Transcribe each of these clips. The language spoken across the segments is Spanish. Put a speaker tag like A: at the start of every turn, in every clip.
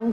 A: I'm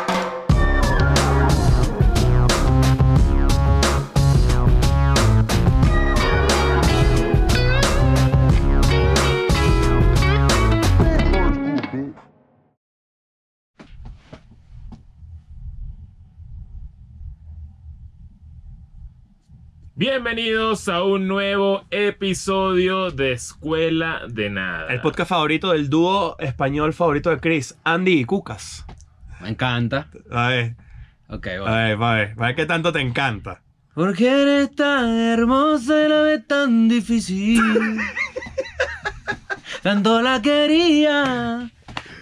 B: Bienvenidos a un nuevo episodio de Escuela de Nada.
C: El podcast favorito del dúo español favorito de Chris, Andy y Cucas.
D: Me encanta.
C: A ver,
D: Ok,
C: a
D: bueno.
C: ver, a ver, a ver qué tanto te encanta.
D: Porque eres tan hermosa y la ves tan difícil. tanto la quería,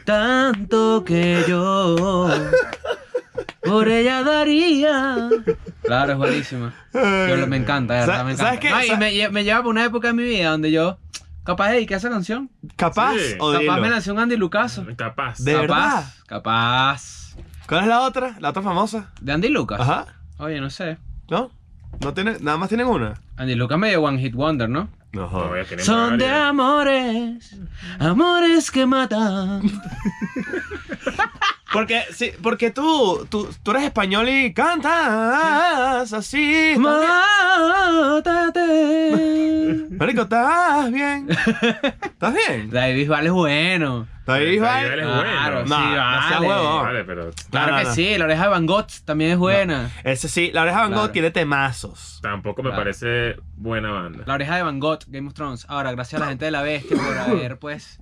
D: tanto que yo. Por ella daría. Claro, es buenísima. Yo lo- me encanta, de
C: Sa-
D: verdad, me encanta.
C: ¿sabes qué?
D: No, y
C: Sa-
D: me, lle- me lleva por una época de mi vida donde yo, capaz dediqué esa canción.
C: ¿Capaz
B: Sí.
C: o
D: Capaz
C: dilo?
D: me nació un Andy Lucaso.
B: Capaz. Ah,
C: De-
D: capaz,
C: verdad?
D: Capaz.
C: ¿Cuál es la otra? La otra famosa.
D: De Andy Lucas.
C: Ajá.
D: Oye, no sé.
C: ¿No? ¿No tiene, nada más tienen una?
D: Andy Lucas medio One Hit Wonder, ¿no?
C: No
B: No voy a tener
D: Son de
B: memoria.
D: amores, amores que matan.
C: Porque, sí, porque tú, tú, tú eres español y cantas así. estás bien.
D: Mátate.
C: Marico, estás bien. ¿Estás bien?
D: David Bisbal es bueno.
C: David
B: David Bisbal
C: Bisbal.
B: es bueno.
C: No,
D: Claro, sí,
C: no seas
D: vale.
C: huevón.
B: Vale, pero
D: Claro
C: No, no,
D: que
C: no.
D: sí, la oreja de Van Gogh también es buena.
C: Ese sí, la oreja Van Gogh
D: Claro.
C: tiene temazos.
B: tampoco me
D: Claro.
B: parece buena banda.
D: La oreja de Van Gogh, Game of Thrones. Ahora, gracias a la gente de la bestia por haber, pues,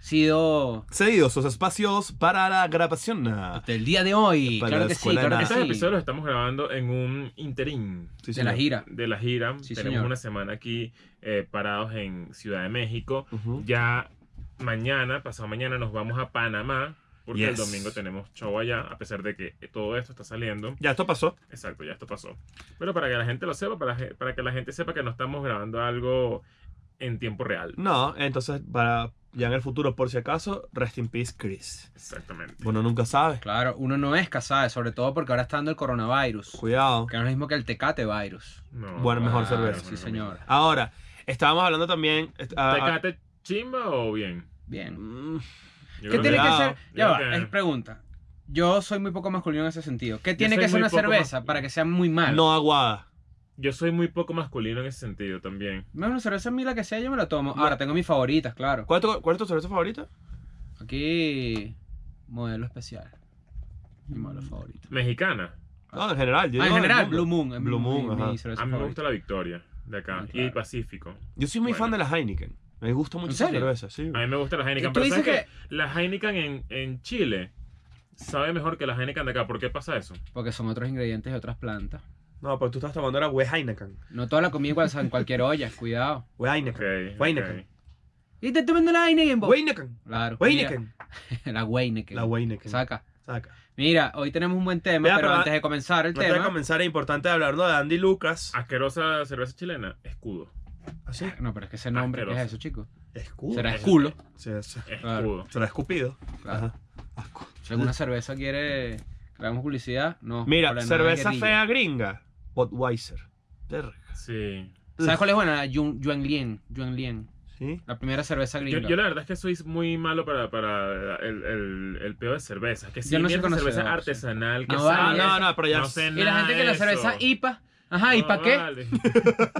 D: sido
C: Cedidos sus espacios para la grabación.
D: hasta el día de hoy.
C: Para
D: claro
C: la
D: que sí,
C: escuela de nada.
D: claro que
B: Estos
D: sí.
B: episodios los Este estamos grabando en un interín
C: Sí,
D: de la
C: señor.
D: gira.
B: de la gira.
D: Sí,
B: Tenemos
D: señor.
B: una semana aquí eh, parados en Ciudad de México.
C: Ujú.
B: Ya mañana, pasado mañana, nos vamos a Panamá. Porque el
C: Yes.
B: domingo tenemos show allá, a pesar de que todo esto está saliendo.
C: Ya esto pasó.
B: Exacto, ya esto pasó. Pero para que la gente lo sepa, para, ge- para que la gente sepa que no estamos grabando algo en tiempo real.
C: No, entonces para ya en el futuro, por si acaso, rest in peace, Chris.
B: Exactamente.
C: Uno nunca sabe.
D: Claro, uno no es casado, sobre todo porque ahora está dando el coronavirus.
C: Cuidado.
D: Que no es lo mismo que el Tecate virus.
B: No, ah,
C: Bueno, mejor
D: Claro,
C: cerveza.
D: Sí, señor.
C: Ahora, estábamos hablando también. est- ah, ah,
B: ¿Tecate chimba o bien?
D: Bien.
C: mm,
B: Yo
D: ¿Qué
B: creo
D: tiene que
C: Cuidado.
D: ser?
B: Yo
D: Ya
B: creo
D: va,
B: que-
D: es pregunta. Yo soy muy poco masculino en ese sentido. ¿Qué tiene
B: soy
D: que ser
B: muy
D: una
B: poco
D: cerveza
B: masculino.
D: para que sea muy mal?
C: no aguada.
B: Yo soy muy poco masculino en ese sentido también.
D: No, una cerveza a mí la que sea, yo me la tomo. Ahora tengo mis favoritas, claro.
C: ¿Cuál es tu, cuál es tu cerveza favorita?
D: Aquí, modelo especial. Mi
B: Mm.
D: modelo favorito.
B: Mexicana.
C: No, en general. Yo digo
D: Ah, en
C: del
D: general,
C: mundo.
D: Blue Moon. es
C: Blue
D: mi-
C: Moon,
D: mi,
C: ajá.
D: cerveza
B: A mí me
D: favorita.
B: gusta la Victoria de acá y
D: Ah,
B: el
D: claro.
B: Pacífico.
C: Yo soy muy
B: Bueno.
C: fan de las Heineken. Me gusta mucho
D: ¿En
C: esa
D: serio? Ah.
C: cerveza, sí.
B: A mí me gusta la Heineken.
D: ¿Y tú
B: Pero ¿sabes
D: dices
B: qué? La Heineken en, en Chile sabe mejor que la Heineken de acá. ¿Por qué pasa eso?
D: Porque son otros ingredientes de otras plantas.
C: No, pero tú estás tomando era We Heineken.
D: No toda la comida igual, o sea, en cualquier olla, cuidado.
C: We
B: Ok,
C: Heineken.
B: ok.
C: Heineken.
D: Y te tomando la Heineken, vos.
C: Heineken.
D: Claro.
C: We
D: mira.
C: Heineken.
D: La Heineken.
C: La
D: Que
C: Heineken.
D: saca.
C: Saca.
D: Mira, hoy tenemos un buen tema,
C: Vea,
D: pero
C: pero
D: antes de comenzar el
C: Antes de
D: tema. Ah.
C: comenzar, es importante hablarnos de Andy Lucas. ¿Ah,
B: Asquerosa cerveza chilena, escudo.
C: Así.
D: No, pero es que ese nombre, ¿qué es
B: Asqueroso.
D: eso, chico?
C: Escudo.
D: Será
B: es-
D: esculo.
C: Sí, eso.
B: Escudo.
C: Será escupido.
D: Claro.
C: Ajá. Asco.
D: Si alguna cerveza quiere que le hagamos publicidad, no.
C: Mira,
D: Para nada,
C: cerveza
D: guerrilla.
C: fea gringa. Budweiser. Verga.
B: Sí.
D: ¿Sabes cuál es buena? La Yun- Yuan Lien. Yuan Lien.
C: Sí.
D: La primera cerveza
B: Yo,
D: gringa.
B: yo la verdad es que soy muy malo para, para el, el, el pedo de cerveza. Es que si
D: Yo no soy
B: mierda cerveza
D: conocedor, sí.
B: artesanal, que
D: No
B: sabe-
D: vale,
C: Ah, no, no, pero ya.
B: No sé
D: y la gente que la
B: eso.
D: cerveza IPA. Ajá, ¿y
B: No
D: para qué?
B: vale.
C: ¿Y
B: Yo no
C: para qué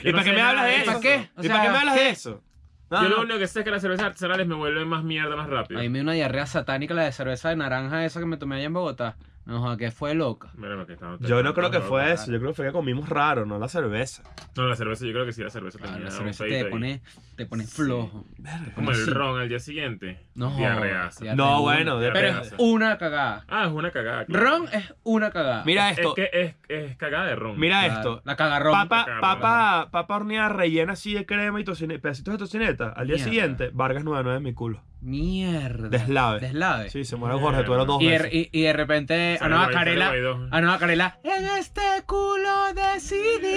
B: sé
C: me hablas
B: nada
C: de
D: ¿Y
C: eso?
D: para qué? O
C: ¿Y
D: sea,
C: para qué me hablas de eso? No,
B: Yo lo
C: no.
B: único que sé es que las cervezas artesanales me vuelven más mierda más rápido.
D: A mí me dio una diarrea satánica la de cerveza de naranja esa que me tomé allá en Bogotá. No, joda, que fue loca.
B: Mira lo que estamos-
C: Yo no creo que
B: estamos-
C: fue eso. Yo creo que fue que comimos raro, no la cerveza.
B: No, la cerveza, yo creo que sí, la cerveza
C: Ah,
D: Claro,
B: tenía
D: la
B: un
D: cerveza
B: pedito
D: te
B: ahí.
D: pone, te pone
C: Sí.
D: flojo.
C: Verga.
B: Como
D: Sí.
B: el ron al día siguiente.
D: No,
B: Diarreaza.
D: diarrea.
C: No, bueno,
B: Pero
D: Pero
C: depende.
D: es una cagada.
B: Ah, es una cagada. claro.
D: Ron es una cagada.
C: Mira
B: Es
C: esto.
B: que es, es cagada de ron.
C: Mira
D: Claro,
C: esto.
D: La cagarrón.
C: Papa,
B: Claro.
C: papa, papa horneada rellena así de crema y tocine- pedacitos de tocineta. Al día
D: Mierda.
C: siguiente, Vargas 99 en mi culo.
D: Mierda.
C: Deslave.
D: Deslave.
C: Sí, se muere Jorge, tú eras dos
D: Y de,
C: veces.
D: y, y de repente, a
B: Sale
D: Nueva
B: Guaidó, sale
D: Carela,
B: Guaidó.
C: Ah.
D: a Nueva Carela, en este culo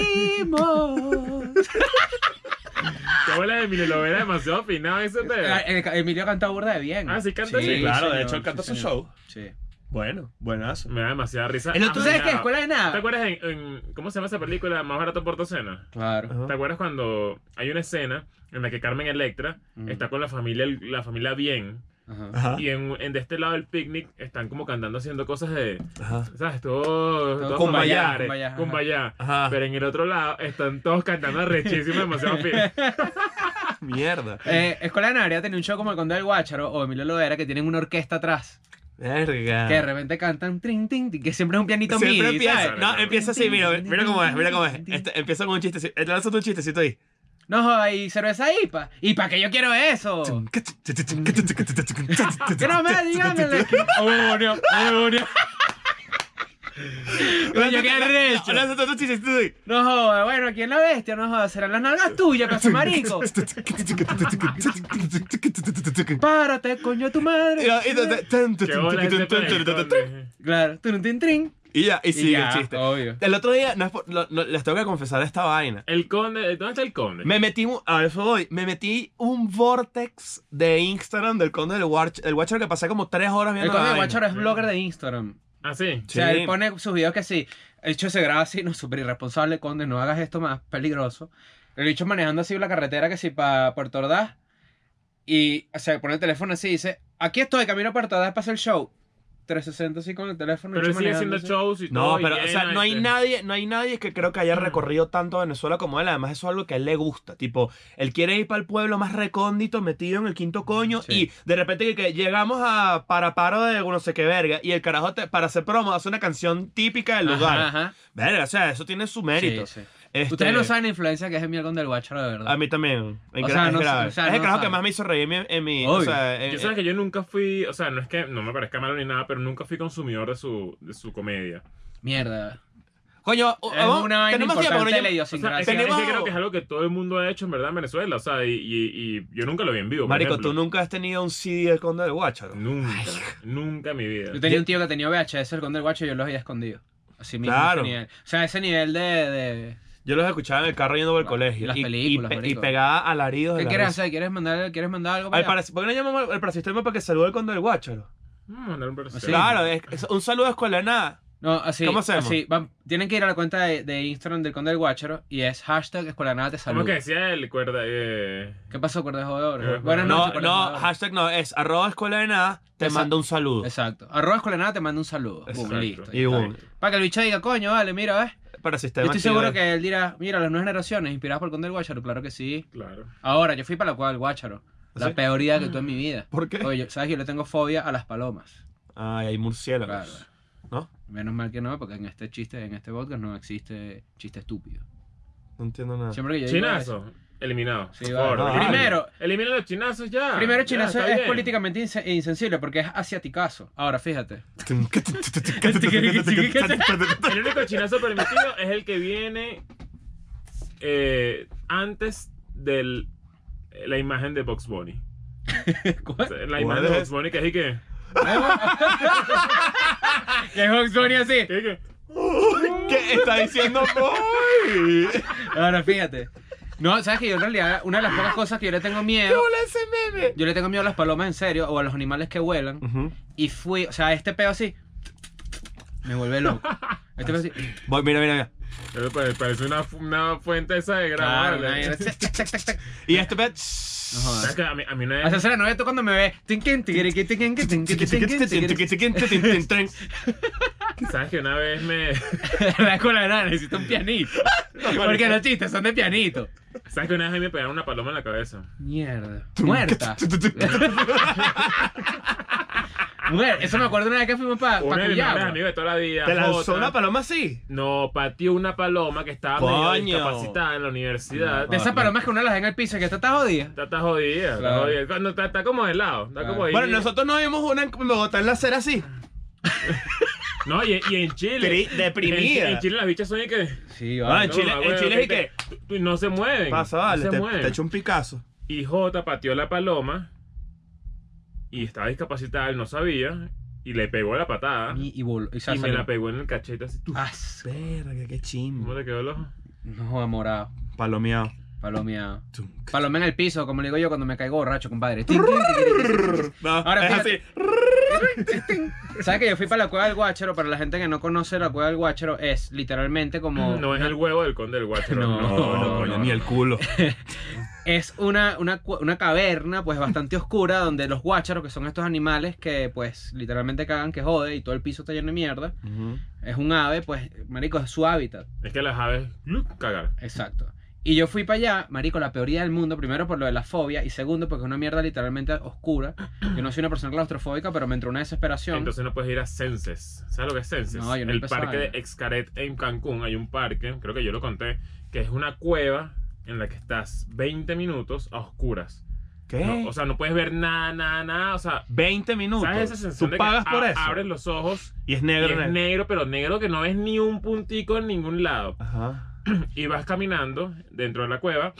D: decidimos.
B: Tu abuela de Emilio lo era demasiado afinado ese pedo.
D: Eh, eh, Emilio canta burda de bien.
B: Ah, sí canta bien.
C: Sí, claro, de
D: señor,
C: hecho, él canta
D: sí,
C: su
D: señor.
C: show.
D: Sí.
C: Bueno, buenazo.
B: Me da demasiada risa.
C: El otro
D: ¿Tú
B: Ah,
D: sabes
B: mira.
D: qué? Escuela de
B: ¿Te
D: nada.
B: acuerdas en, en- ¿Cómo se llama esa película? Más barato por docena.
D: Claro.
C: Ajá.
B: ¿Te acuerdas cuando hay una escena en la que Carmen Electra
D: Mm.
B: está con la familia, la familia bien
D: Ajá.
C: Ajá.
B: Y en, en de este lado del picnic están como cantando haciendo cosas de.
C: Ajá.
B: ¿Sabes? Todos. todos
C: Kumbaya,
B: kumbayares,
D: kumbaya, ajá.
B: kumbaya.
C: Ajá. Ah.
B: Pero en el otro lado están todos cantando rechísimo, demasiado fino.
C: Mierda.
D: Eh, Escuela de Navidad tenía un show como el Conde del Guácharo o Emilio Lovera que tienen una orquesta atrás
C: Verga.
D: que de repente cantan trin, tin, tin, que siempre es un pianito
C: Ah. Siempre
D: MIDI,
C: empieza,
D: ¿sabes?
C: no, empieza así, mira, mira cómo es, mira cómo es. Este, empieza con un chistecito, eh, lánzate un chistecito ahí.
D: No joda, y cerveza IPA. ¿Y para qué yo quiero eso? Que no me digan en la esquina. Demonio, demonio. Coño, qué recho.
C: Lánzate otro chistecito ahí.
D: No joda, bueno, aquí en la bestia, no joda, serán las nalgas tuyas, caso marico. Párate, coño, tu madre.
C: Y- y-
B: Qué bola ese panecone.
D: Claro, trin, trin, trin.
C: Y ya, y sigue el
D: ya,
C: chiste.
D: Obvio.
C: El otro día, no es por- lo- lo- les tengo que confesar esta vaina.
B: El conde, ¿dónde está el conde?
C: Me metí, un- a eso voy, me metí un vortex de Instagram del conde del Watch, el Watcher que pasé como tres horas
D: El
C: viendo
D: conde
C: la
D: de
C: vaina.
D: Guacharo es blogger de Instagram.
B: Ah, sí.
D: O sea,
C: Sí.
D: él pone sus videos que sí. El hecho se graba así, no, súper irresponsable, Conde, no hagas esto más peligroso. El hecho manejando así la carretera que sí para Puerto Ordaz. Y, o sea, pone el teléfono así y dice, aquí estoy, camino a Puerto Ordaz para hacer el show. 360 así con el teléfono. el
B: Pero él
D: bicho
B: sigue haciendo
D: manejando así.
B: shows y todo.
C: No,
B: y
C: pero, o sea,
B: llena,
C: no hay
B: este.
C: nadie, no hay nadie que creo que
D: Mm.
C: haya recorrido tanto Venezuela como él. Además, eso es algo que a él le gusta. Tipo, él quiere ir para el pueblo más recóndito, metido en el quinto coño,
D: Sí.
C: y de repente que, que llegamos a para paro de no sé qué verga, y el carajo te- para hacer promo hace una canción típica del lugar.
D: Ajá, ajá.
C: Verga, o sea, eso tiene su mérito.
D: Sí, sí.
C: Este,
D: Ustedes no saben la influencia que es el miel Conde del Guacharo, de verdad.
C: A mí también. En
D: O
C: gra-
D: sea,
C: es
D: no-
C: grave.
D: o sea,
C: es el
D: no
C: carajo que
D: sabe.
C: más me hizo reír en mi. en mi- o
D: Obvio.
C: sea, en- eh,
B: Yo
D: eh.
B: sabes que yo nunca fui, o sea, no es que no me parezca malo ni nada, pero nunca fui consumidor de su, de su comedia.
D: Mierda.
C: Coño,
D: Es
C: Oh, vamos-
D: una vaina
C: tenemos tiempo,
D: importante
C: coño.
D: de la
B: O sea, es,
D: idiosincrasia.
B: que- es que
C: Tenemos-
B: creo que es algo que todo el mundo ha hecho en verdad en Venezuela, o sea, y, y- y yo nunca lo vi en vivo. por
C: Marico,
B: ejemplo.
C: tú nunca has tenido un CD del Conde del Guacharo.
B: Nunca, nunca en mi vida.
D: Yo tenía un tío que tenía VHS, el Conde del Guacho, y yo los había escondido. Así mismo.
C: Claro.
D: ese nivel. O sea, ese nivel de- de...
C: Yo los escuchaba en el carro yendo por el
D: Las
C: colegio. y- y,
D: películas,
C: pe- y
D: marico.
C: pegaba alaridos de
D: ¿Qué
C: la
D: quieres
C: risa.
D: hacer? ¿Quieres mandar, ¿Quieres mandar algo
C: Al
D: para allá?
C: para- ¿Por qué no llamamos al parasistema para que salude al conde del guacharo?
B: Mm, mandar un verso.
D: Sí.
C: Claro, es- es un saludo a escuela de nada.
D: No, así.
C: ¿Cómo hacemos?
D: así, van- tienen que ir a la cuenta de, de Instagram del Conde del Guácharo y es hashtag Escuela Nada te
B: ¿Cómo
D: saluda.
B: que decía él? Cuerda, eh,
D: ¿Qué pasó, Cuerdas de Oro?
B: Eh,
D: Buenas
C: No,
D: noches, Cuerdas de
C: no,
D: Oro.
C: hashtag no, es arroba escuela de nada, te
D: Exacto.
C: mando un saludo.
D: Exacto. Arroba Escuela Nada te manda un saludo. Boom,
C: Exacto.
D: listo.
C: Y boom,
D: Para que el bicho diga, coño, vale, mira, ¿ves? Yo
C: parasistema.
D: estoy
C: activado.
D: seguro que él dirá, mira, las nuevas generaciones inspiradas por el Conde del Guácharo, claro que sí.
B: Claro.
D: Ahora, yo fui para la cueva del Guácharo. La
C: ¿Ah, ¿Sí?
D: peor idea que tuve en mi vida.
C: ¿Por qué?
D: Oye, ¿sabes? Yo le tengo fobia a las palomas.
C: Ay, hay murciélagos.
D: Claro.
C: ¿No?
D: Menos mal que no, porque en este chiste, en este podcast no existe chiste estúpido.
C: No entiendo nada.
D: Siempre que yo digo eso-
B: Chinazo, eliminado.
D: Sí,
B: por
D: vale.
B: favor,
C: Ah,
B: elimina-
D: Primero.
B: Elimina los chinazos ya.
D: Primero,
B: Ya,
D: chinazo
B: está
D: es
B: bien.
D: políticamente inse- insensible porque es asiaticazo. Ahora, fíjate.
B: El único chinazo permitido es el que viene eh, antes de la imagen de Box Bunny. O sea, La imagen de
C: ¿Cuál
B: Box
C: es?
B: Bunny que es y que.
D: Que es Bugs Bunny así.
B: que- que-
C: ¿Qué está diciendo Boy?
D: Ahora, fíjate. No, sabes que yo en realidad, una de las pocas cosas que yo le tengo
C: ¿Qué
D: miedo,
C: bola ese meme?
D: yo le tengo miedo a las palomas en serio o a los animales que vuelan.
C: Ujú.
D: Y fui, o sea, este peo así, me vuelve loco. Este peo así.
C: Voy, mira, mira, mira.
B: Pero pare- Parece una, fu- una fuente esa de grano.
D: Claro,
B: ¿vale?
D: nadie- tac, tac, tac, tac.
C: Y este pet.
D: No jodas.
B: ¿Sabes qué? A mí, a mí una
D: Así
B: vez.
D: hace la novia tú cuando me ve. tinquin, tiquiriqui, tinquin, tinquin, tinquin, tiquiriqui.
B: ¿Sabes que una vez me.
D: La escuela de nada, necesito un pianito. Porque los chistes son de pianito.
B: ¿Sabes que una vez a mí me pegaron una paloma en la cabeza?
D: Mierda. Muerta. Mujer, eso me acuerdo una vez que fuimos para
B: Una
D: pa
B: de mis mejores
D: Cuyagua.
B: amigos de toda la vida.
C: ¿Te lanzó
B: Jota.
C: una paloma así?
B: No, pateó una paloma que estaba medio
C: Coño.
B: discapacitada en la universidad.
D: De esas palomas que uno las da en el piso y que esta está jodida.
B: Está, está jodida, está
D: Claro.
B: jodida. Cuando está, está como de lado. Está
D: Claro.
B: como ahí.
C: Bueno, nosotros no vimos una en Bogotá en la acera así.
B: No, y, y en Chile.
C: Tri- deprimida.
B: En, en Chile las bichas son y que.
D: Sí,
C: Ah, en
B: no,
C: Chile-
B: la
C: en
B: hueva,
C: Chile es que-
B: te- y No se mueven.
C: Pasa, vale,
B: No se
C: te,
B: mueven.
C: te echo un Picasso.
B: Y J pateó la paloma. Y estaba discapacitada, él no sabía. Y le pegó la patada. Y,
D: Y, y, voló- y, sal-
B: me la
D: salió.
B: pegó en el cachete así. tú.
D: Asco.
C: Verga, qué
B: ¿Cómo
C: chingo.
B: le quedó el ojo?
D: No joda morado.
C: Palomeado.
D: Palomeado.
C: Tum.
D: Palomé en el piso, como le digo yo cuando me caigo borracho, compadre. Tin, tin, tiquiriqui, tin, tin.
C: No,
D: Ahora,
C: es
D: fíjate.
C: así.
D: ¿Sabes que yo fui para la cueva del Guácharo? Para la gente que no conoce la cueva del Guácharo, es literalmente como.
B: No es el huevo del conde del guacho.
D: No,
C: No, no,
D: no,
C: coño,
D: no.
C: ni el culo.
D: es una, una, cu- una caverna pues bastante oscura donde los guácharos, que son estos animales que pues literalmente cagan, que jode y todo el piso está lleno de mierda, es un ave, pues marico, es su hábitat.
B: Es que las aves gluc, cagar.
D: Exacto. Y yo fui para allá, marico, la peor idea del mundo, primero por lo de la fobia y segundo porque es una mierda literalmente oscura. Yo no soy una persona claustrofóbica, pero me entró una desesperación.
B: Entonces no puedes ir a Senses. ¿Sabes lo que es Senses?
D: No, yo no
B: el
D: empezaba.
B: parque de Excaret en Cancún. Hay un parque, creo que yo lo conté, que es una cueva en la que estás 20 minutos a oscuras.
C: ¿Qué?
B: No, o sea, no puedes ver nada, nada, nada. O sea,
C: 20 minutos.
B: ¿sabes esa sensación
C: Tú
B: de que
C: pagas por
B: a-
C: eso.
B: abres los ojos
C: Y es
B: y
C: negro.
B: es
C: negro.
B: negro, pero negro que no ves ni un puntico en ningún lado.
C: Ajá.
B: Y vas caminando dentro de la cueva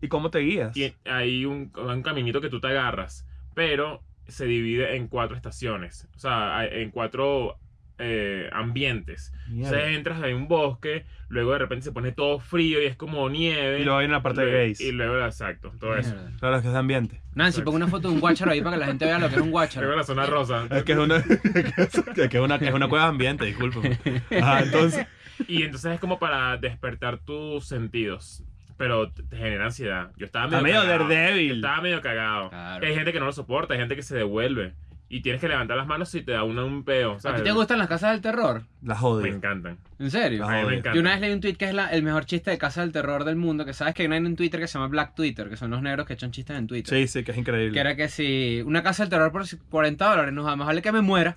C: ¿Y cómo te guías?
B: y hay un, un caminito que tú te agarras, pero se divide en cuatro estaciones, o sea, hay- en cuatro eh, ambientes.
C: Mierda.
B: Entonces entras hay un bosque, luego de repente se pone todo frío y es como nieve.
C: Y luego hay una parte
B: Lue-
C: de gays.
B: Y luego, exacto, todo eso.
D: Mierda.
C: Claro, es que es de ambiente.
D: Nancy, pongo una foto de un guácharo ahí para que la gente vea lo que es un
B: Luego
D: guácharo.
B: la zona rosa.
C: Es que es una, que es una, que es una cueva de ambiente, discúlpame. Ajá, entonces.
B: Y entonces es como para despertar tus sentidos, pero te te genera ansiedad. Yo estaba medio,
C: Está medio
B: cagado. Yo
C: Daredevil.
B: Estaba medio cagado.
D: Claro.
B: Hay gente que no lo soporta, hay gente que se devuelve. Y tienes que levantar las manos si te da una un peo.
D: ¿A
B: ¿sabes?
D: ti te gustan las casas del terror?
C: La
B: Me
C: joder.
B: encantan.
D: ¿En serio?
C: Ah,
B: A mí me
C: joder.
B: encantan.
D: Yo una vez leí un tweet que es la- el mejor chiste de casa del terror del mundo, que sabes que hay una en Twitter que se llama Black Twitter, que son los negros que echan chistes en Twitter.
C: Sí, sí, que es increíble.
D: Que era que si una casa del terror por 40 dólares, nos vamos a que me muera.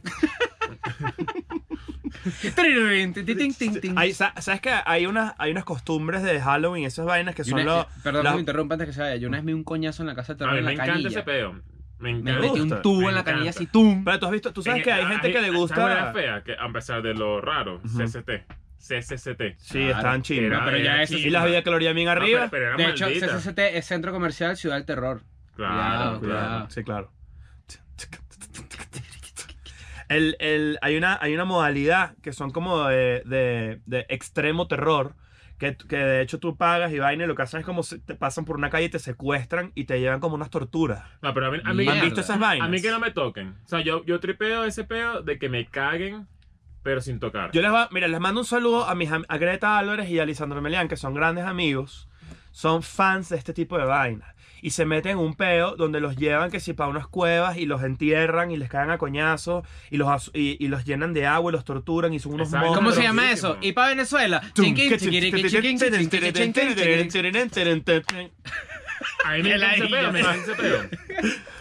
D: Tiririn, tin, tin, tin, tin.
C: Hay- sa- ¿Sabes que hay unas, hay unas costumbres de Halloween, esas vainas que
D: Y
C: son
D: una-
C: los.
D: Perdón
C: las-
D: que me interrumpa antes que se vaya. Yo una vez me di un coñazo en la casa del
B: A
D: terror
B: mí
D: en
B: me
D: la
B: encanta ese
D: canilla.
B: peo. Me
D: Me
B: encanta.
D: metí un
B: Me
D: tubo en la
B: encanta.
D: canilla así, tum.
C: Pero tú has visto, tú sabes
B: En-
C: que hay
B: ah,
C: gente que le
B: ¿sabes una manera
C: gusta.
B: fea, que a pesar de lo raro,
C: Ujú.
B: CCT. CCCT.
C: Sí,
D: Claro,
C: estaban
B: Era-
C: chimbas.
D: pero ya
B: era
D: eso sí-
B: chimba.
C: Y las había calorías bien
B: No,
C: arriba.
B: pero- pero era
D: De hecho,
B: maldita.
D: CCCT es Centro Comercial Ciudad del Terror.
B: Claro,
D: Cuidado,
B: Ah, claro.
D: cuidado.
C: Sí, claro. El, el- hay, una, hay una modalidad que son como de, de- de extremo terror. Que, que de hecho tú pagas y vaina y lo que hacen es como se- te pasan por una calle y te secuestran y te llevan como unas torturas.
B: No, pero a mí, a mí-
C: ¿Han
D: Mierda.
C: visto esas vainas?
B: a mí que no me toquen. O sea, yo, yo tripeo ese peo de que me caguen, pero sin tocar.
C: Yo les va, mira, les mando un saludo a mis am- a Greta Álvarez y a Lisandro Melián, que son grandes amigos, son fans de este tipo de vainas. Y se meten en un peo donde los llevan que si para unas cuevas y los entierran y les caen a coñazos y los asu- y, y los llenan de agua y los torturan y son unos
B: Exacto.
C: monstruos.
D: ¿Cómo se llama
B: Cabroncísimo.
D: eso? Y para Venezuela. Chiquín, chiquiriqui, chiquín, chiquín, chiquín, chiquín, chiquín.
B: A mí me
D: Qué
B: encanta ese
D: ladilla.
B: peo, me encanta ese peo.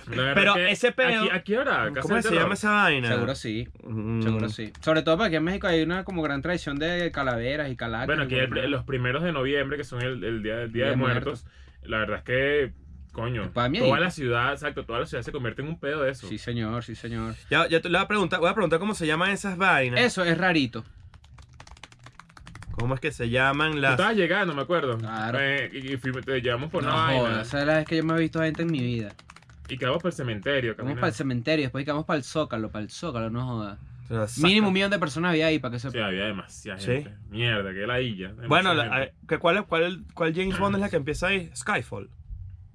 B: La verdad
C: Pero
B: es que
C: ese peo-
B: ¿A qué- a qué hora? Casi
C: ¿Cómo
B: el
C: se
B: terror.
C: llama esa vaina?
D: Seguro sí,
C: Mm.
D: seguro sí. Sobre todo porque aquí en México hay una como gran tradición de calaveras y calacas.
B: Bueno,
D: y
B: aquí el-
D: bueno.
B: los primeros de noviembre, que son el, el día, el día de, muertos, la verdad es que, coño,
D: Para mí ahí.
B: toda la ciudad, exacto, toda la ciudad se convierte en un pedo de eso.
D: Sí, señor, sí, señor.
C: Ya, ya te le voy a preguntar, voy a preguntar cómo se llaman esas vainas.
B: Eh.
D: Eso es rarito.
C: ¿Cómo es que se llaman
B: Yo
C: las
B: estaba llegando, me acuerdo.
D: Claro.
B: Eh, y y fuimos- te llevamos por
D: no
B: una vaina.
D: jodas, esa es la vez que yo me he visto gente en mi vida.
B: Y quedamos por el cementerio.
D: Vamos
B: caminando.
D: para el cementerio, después vamos para el Zócalo, para el Zócalo, no jodas.
C: las-
D: Mínimo un millón de personas había ahí para que se...
B: Sí, había demasiada
C: Sí.
B: gente. Mierda, qué ladilla.
C: Bueno,
B: demasiada
C: la-
B: gente.
C: a- que ¿cuál, es- cuál, ¿cuál James Bond es la que empieza ahí? Skyfall.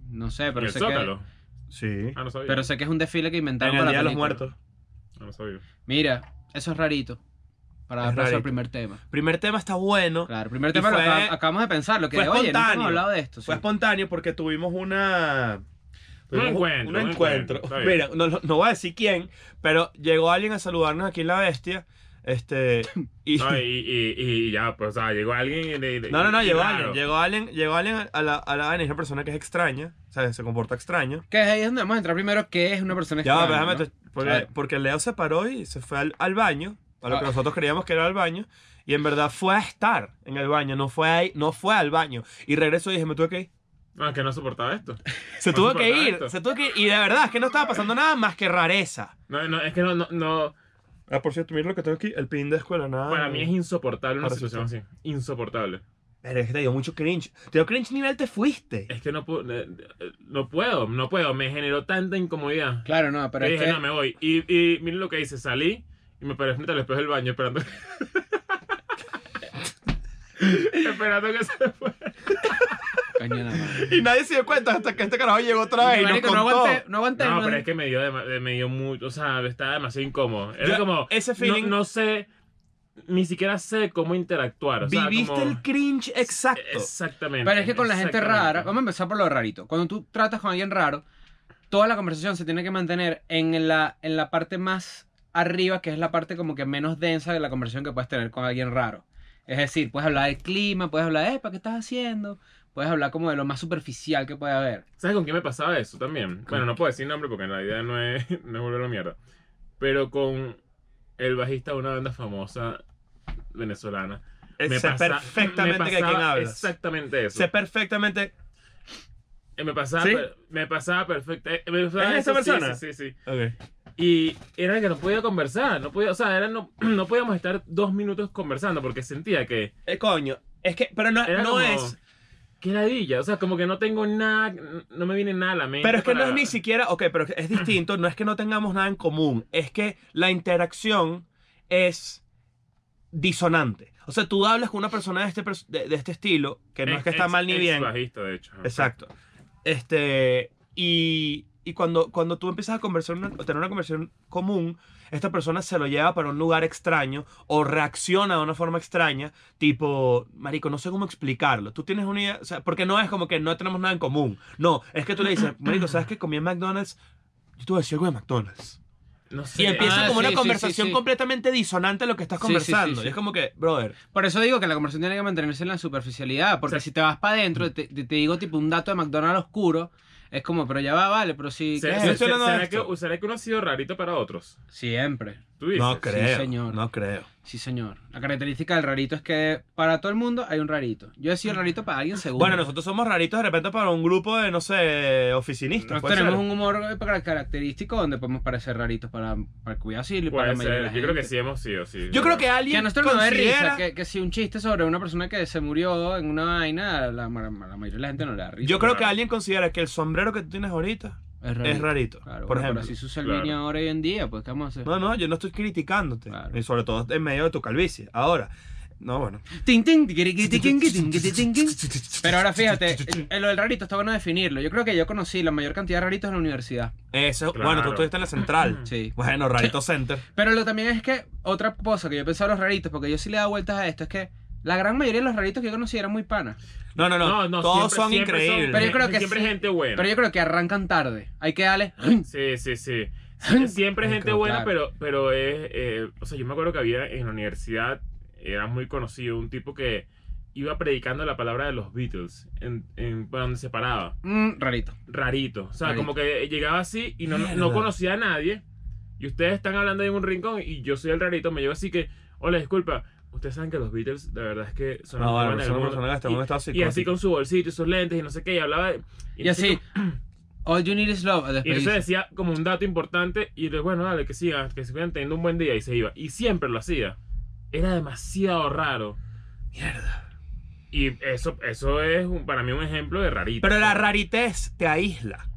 D: No sé,
B: ¿Y
D: pero
B: el
D: sé,
B: Zócalo?
D: que,
C: Sí.
B: Ah, no sabía.
D: pero sé que es un desfile que inventaron
C: En el
D: para
C: Día de
D: la
C: los
D: película.
C: Muertos.
B: Ah, no sabía.
D: Mira, eso es rarito. Para
C: Es
D: dar paso al
C: rarito.
D: primer tema.
C: Primer tema está bueno.
D: Claro, primer
C: Y
D: tema lo
C: fue-
D: acab- acabamos de pensar, lo que
C: fue
D: oye, nunca hemos
C: espontáneo.
D: hablado de esto. sí.
C: Fue espontáneo porque tuvimos una...
B: Un
C: tuvimos
B: encuentro,
C: un
B: Pues, un
C: encuentro.
B: encuentro, está bien.
C: Mira, no, no- no voy a decir quién, pero llegó alguien a saludarnos aquí en La Bestia. Este... Y,
B: No, y, y, y- y ya, pues, o sea, llegó alguien. y- y-
C: no, no, no,
B: y
C: llegó
B: raro.
C: alguien. Llegó alguien, llegó alguien a la, a la vaina, es una persona que es extraña. O sea, se comporta extraño.
D: Que es ahí donde vamos a entrar primero, que es una persona
C: Ya, va,
D: extraña,
C: déjame...
D: ¿no?
C: te- Porque,
D: Claro.
C: porque Leo se paró y se fue al, al baño, a lo que
D: Ah.
C: nosotros creíamos que era al baño, y en verdad fue a estar en el baño, no fue ahí, no fue al baño. Y regreso y dije, me tuve que ir.
B: No, es que no soportaba esto.
C: Se
B: No
C: tuvo
B: soportaba
C: que ir,
B: esto.
C: se tuvo que ir. Y de verdad, es que no estaba pasando nada más que rareza.
B: No, no, es que no, no, no.
C: Ah, por cierto, mira lo que tengo aquí, el pin de escuela, nada.
B: Para mí es insoportable una
C: Ahora sí
B: situación así. Insoportable.
C: Pero es que te dio mucho cringe. Te dio cringe nivel, te fuiste.
B: Es que no, pu- eh, eh, no puedo, no puedo. Me generó tanta incomodidad.
D: Claro, no, pero
B: Y
D: es
B: dije,
D: que...
B: no, me voy. Y, y miren lo que hice, salí y me paré frente al espejo del baño esperando. esperando que se fuera.
D: Coño, la madre.
C: Y nadie se dio cuenta hasta que este carajo llegó otra vez y nos
D: Marico,
C: contó.
D: no aguanté, no aguanté.
B: No,
D: no-
B: pero es eh, que me dio, dema- me dio mucho, o sea, estaba demasiado incómodo. Era
C: Yo-
B: como,
C: ese
B: no-
C: feeling-
B: no, sé ni siquiera sé cómo interactuar. o sea,
C: Viviste
B: como-
C: el cringe exacto.
B: Exactamente.
D: Pero es que con la gente
B: exactamente.
D: rara, vamos a empezar por lo rarito. Cuando tú tratas con alguien raro, toda la conversación se tiene que mantener en la, en la parte más arriba, que es la parte como que menos densa de la conversación que puedes tener con alguien raro. Es decir, puedes hablar del clima, puedes hablar, epa, ¿qué estás haciendo? Puedes hablar como de lo más superficial que puede haber.
B: ¿Sabes con quién me pasaba eso también?
D: ¿Con
B: Bueno, no puedo decir nombre porque en realidad no es, no es volver a la mierda. Pero con el bajista de una banda famosa venezolana.
C: Eh,
B: me
C: sé
B: pasa-
C: perfectamente
B: me
C: de quién
B: pasaba
C: hablas.
B: Exactamente eso.
C: Sé perfectamente.
B: Eh, Me pasaba,
C: ¿Sí?
B: per- me pasaba perfecto. eh, me pasaba
C: ¿Es esa
B: eso, sí,
C: persona?
B: Sí, sí, sí.
C: Ok.
B: Y era que no podía conversar. No podía, o sea, era no, no podíamos estar dos minutos conversando porque sentía que
C: Eh, coño, es que, pero no,
B: era
C: no
B: como,
C: es.
B: Qué ladilla. O sea, como que no tengo nada. No me viene nada a la mente.
C: Pero es que no
B: para-
C: es ni siquiera, ok, pero es distinto, no es que no tengamos nada en común, es que la interacción es disonante. O sea, tú hablas con una persona de este, pers- de, de este estilo, que no es que está
B: Ex-
C: mal ni
B: ex
C: bien.
B: bajista, de hecho.
C: Exacto. Este, y, y cuando, cuando tú empiezas a conversar una- a tener una conversación común, esta persona se lo lleva para un lugar extraño o reacciona de una forma extraña, tipo, marico, no sé cómo explicarlo. Tú tienes una idea, o sea, porque no es como que no tenemos nada en común. No, es que tú le dices, marico, ¿sabes que comí en McDonald's? Yo te voy a decir algo de McDonald's.
B: No sé.
C: Y empieza
D: Ah,
C: como
D: sí,
C: una
D: sí, sí,
C: conversación
D: sí.
C: completamente disonante a lo que estás
D: Sí, sí, sí,
C: conversando.
D: sí.
C: Y es como que, brother,
D: Por eso digo que la conversación tiene que mantenerse en la superficialidad, porque
B: O sea,
D: si te vas para adentro, te, te- te digo tipo un dato de McDonald's oscuro, es como, pero ya va, vale, pero sí,
B: Se-
D: ¿qué
B: se-
D: es?
C: Yo estoy
B: se-
C: hablando de
B: ¿Será que,
C: esto.
B: ¿Será que uno ha sido rarito para otros?
D: siempre.
B: Tú dices.
C: no creo.
D: señor.
C: No creo.
D: Sí, señor. La característica del rarito es que para todo el mundo hay un rarito. Yo he sido rarito para alguien seguro.
C: Bueno, nosotros somos raritos de repente para un grupo de, no sé, oficinistas.
D: Nosotros
C: puede
D: tenemos
C: ser.
D: un humor eh, car- característico donde podemos parecer raritos para, para el cuidado civil y para la
B: Puede
D: mayoría de
B: ser.
D: la
B: Yo creo que
D: gente.
B: sí hemos sido, sí.
C: Yo creo que
D: Que a
C: alguien
D: nosotros nos dé
C: considera...
D: risa, que, que si un chiste sobre una persona que se murió en una vaina, a la, a la- a la mayoría de la gente no le da risa.
C: Yo creo que
B: Claro.
C: alguien considera que el sombrero que tú tienes ahorita
D: es rarito.
C: es rarito.
D: Claro,
C: por
D: bueno,
C: ejemplo.
D: Pero si se usa el línea
B: Claro.
D: ahora hoy en día, pues ¿qué vamos a hacer?
C: No, no, yo no estoy criticándote.
D: Claro.
C: Y sobre todo en medio de tu calvicie. Ahora. No, bueno.
D: Tin, tin, tiquiriqui, tiquin, tiquin, tiquin, tiquin, tiquin. Pero ahora fíjate, eh, eh, lo del rarito está bueno definirlo. Yo creo que yo conocí la mayor cantidad de raritos en la universidad.
C: Eso,
B: Claro.
C: bueno, tú estuviste en la central.
D: Sí.
C: Bueno, rarito center.
D: Pero lo también es que otra cosa que yo pensaba de los raritos, porque yo sí le he dado vueltas a esto, es que la gran mayoría de los raritos que yo conocí eran muy panas.
C: No, no, no.
B: No, no,
C: todos
B: siempre-
C: son
B: siempre
C: increíbles.
D: Pero yo creo que
B: siempre
D: sí.
B: gente buena.
D: Pero yo creo que arrancan tarde. Hay que darle.
B: Sí, sí, sí. Sie- Siempre
D: Ay,
B: gente
D: como
B: buena,
D: claro.
B: pero, pero es. eh, o sea, yo me acuerdo que había en la universidad, era muy conocido, un tipo que iba predicando la palabra de los Beatles en, en para donde se paraba.
D: Mm, rarito.
B: Rarito. O sea,
D: Rarito.
B: como que llegaba así y no, no-
C: Mierda.
B: no conocía a nadie. Y ustedes están hablando ahí en un rincón y yo soy el rarito, me llevo así que. Hola, disculpa. Ustedes saben que los Beatles, la verdad es que son
C: No,
B: los
C: bueno,
B: que
C: pero
B: van en el
C: son una persona que está en un
B: mundo".
C: estado
B: Y- y, así
C: psicótico.
B: con su bolsito y sus lentes y no sé qué, y hablaba. de-
D: Y así. All you need is love. a
B: y eso
D: despedirse.
B: decía como un dato importante y de bueno, dale, que sigan, que sigan teniendo un buen día y se iba. Y siempre lo hacía. Era demasiado raro.
C: Mierda.
B: Y eso, eso es un- para mí un ejemplo de rarito.
C: Pero la raritez te aísla.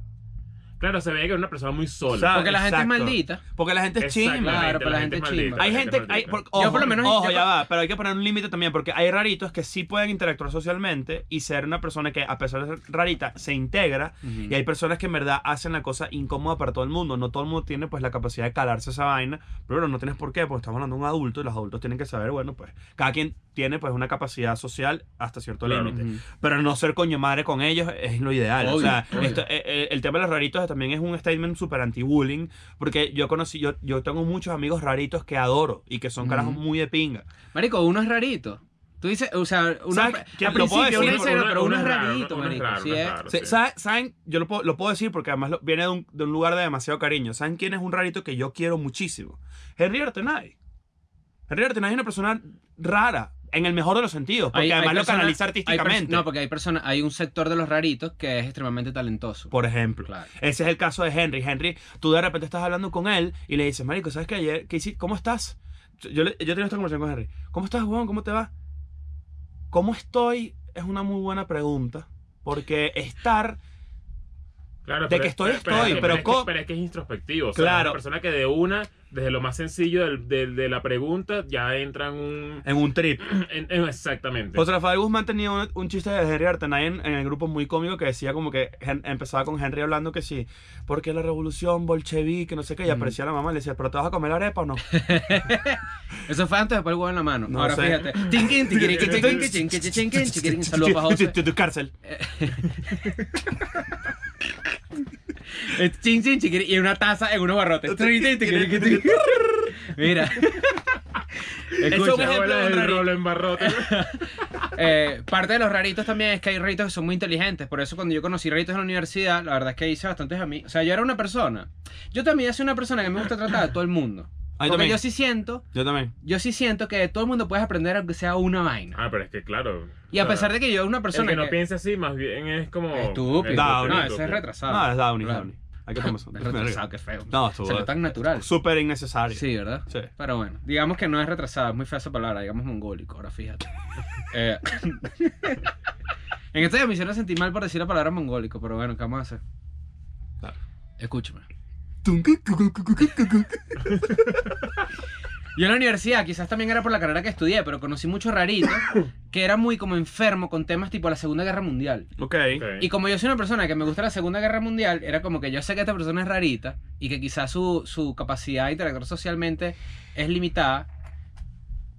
B: Claro, se veía que era una persona muy sola.
C: Exacto.
D: Porque la gente es
C: ah, Exacto.
D: maldita.
C: Porque la gente es
B: Exactamente,
C: chimba.
D: Claro, pero la gente
B: es
D: chimba.
B: maldita,
C: Hay
B: la
C: gente,
B: es
C: hay,
B: maldita.
C: por-
D: Yo
C: ojo,
D: por lo menos-
C: ojo,
D: yo
C: ya
D: por-
C: va, pero hay que poner un límite también, porque hay raritos que sí pueden interactuar socialmente y ser una persona que, a pesar de ser rarita, se integra. Y hay personas que en verdad hacen la cosa incómoda para todo el mundo. No todo el mundo tiene pues la capacidad de calarse esa vaina, pero bueno, no tienes por qué, porque estamos hablando de un adulto y los adultos tienen que saber, bueno, pues cada quien tiene pues una capacidad social hasta cierto
B: Claro.
C: límite.
D: Ujú.
C: Pero no ser coño madre con ellos es lo ideal. o
D: Obvio,
C: sea,
D: obvio.
C: esto- eh, eh, el tema de los raritos también es un statement súper anti-bullying. Porque yo conocí, yo, yo tengo muchos amigos raritos que adoro y que son carajos
D: Ujú.
C: muy de pinga.
D: Marico, uno es rarito. Tú dices, o sea, uno
C: ¿Sabes
D: al
C: qué? Lo
D: principio
C: puedo decir,
D: uno
C: uno-
D: dice, no,
B: uno-
D: pero
B: uno
D: uno es
B: es raro,
D: rarito,
B: uno es
D: marico.
B: raro,
D: sí
B: uno es
D: es.
B: raro.
C: ¿eh? Se-
B: sí.
C: ¿sabe- ¿Saben? Yo lo puedo, lo puedo decir porque además lo- viene de un, de un lugar de demasiado cariño. ¿Saben quién es un rarito que yo quiero muchísimo? Henry Artenay. Henry Artenay es una persona rara, en el mejor de los sentidos. Porque
D: Hay- hay
C: además lo
D: personas-
C: canaliza
D: hay pers-
C: artísticamente.
D: No, porque hay personas, hay un sector de los raritos que es extremadamente talentoso.
C: por ejemplo.
D: Claro.
C: Ese es el caso de Henry. Henry, tú de repente estás hablando con él y le dices, Marico, ¿sabes qué ayer? ¿Qué hiciste? ¿Cómo estás? Yo, le- yo tenía esta conversación con Henry. ¿Cómo estás, Juan? ¿Cómo te va? ¿Cómo estoy? Es una muy buena pregunta. Porque estar
B: Claro,
C: De que estoy, estoy,
B: es que-
C: pero
B: es que-
C: co-
B: pero es que es introspectivo. O sea,
C: Claro.
B: Una persona que de una, desde lo más sencillo del- del- de, la pregunta, ya entra en un.
C: en un trip.
B: en- en- exactamente.
C: José Rafael Guzmán tenía un, un chiste de Henry Artenay en, en el grupo muy cómico que decía como que Hen- empezaba con Henry hablando que sí, porque la revolución bolchevique, no sé qué, y
D: Mm.
C: aparecía la mamá y le decía, pero te vas a comer arepa o no.
D: Eso fue antes de poner el huevo en la mano.
C: No
D: Ahora
C: sé.
D: fíjate. Tinkin, tiquiriqui, tinkin, chinqui, chinqui, chiquiriqui. Saludos para José.
C: Cárcel.
D: Eh, Chin, chin, chiquiri- y una taza en unos barrotes. Tinkin, tiquiriqui, tinkin. Mira.
B: Escucha,
D: Escucha,
B: abuela
D: abuela,
B: del
D: es raro.
B: rolo en barrote.
D: Eh, parte de los raritos también es que hay raritos que son muy inteligentes. Por eso cuando yo conocí raritos en la universidad, la verdad es que hice bastantes amigos. O sea, yo era una persona. Yo también soy una persona que me gusta tratar a todo el mundo.
C: Ahí
D: Porque
C: también.
D: yo sí siento,
C: Yo también.
D: yo sí siento que de todo el mundo puedes aprender aunque sea una vaina.
B: ah, pero es que claro.
D: Y a pesar de que yo era
B: que.
D: una
B: El
D: persona
B: que no piensa así, más bien es como.
D: estúpido.
C: Down.
D: no,
B: estúpido.
D: eso es retrasado.
C: No, es Downey,
D: Claro.
C: Downey. Hay que tomar eso.
D: Es retrasado, qué feo.
C: No, estuvo-
D: Salió tan natural.
C: Súper innecesario.
D: Sí, ¿verdad?
C: Sí.
D: Pero bueno, digamos que no es retrasado, es muy fea esa palabra, digamos mongólico, ahora fíjate. Eh, en esta día me hicieron sentir mal por decir la palabra mongólico, pero bueno, ¿qué vamos a hacer?
C: Claro.
D: Escúchame. Yo en la universidad, quizás también era por la carrera que estudié, pero conocí mucho rarito que era muy como enfermo con temas tipo la Segunda Guerra Mundial.
C: Ok.
B: Ok.
D: Y como yo soy una persona que me gusta la Segunda Guerra Mundial, era como que yo sé que esta persona es rarita y que quizás su, su capacidad de interactuar socialmente es limitada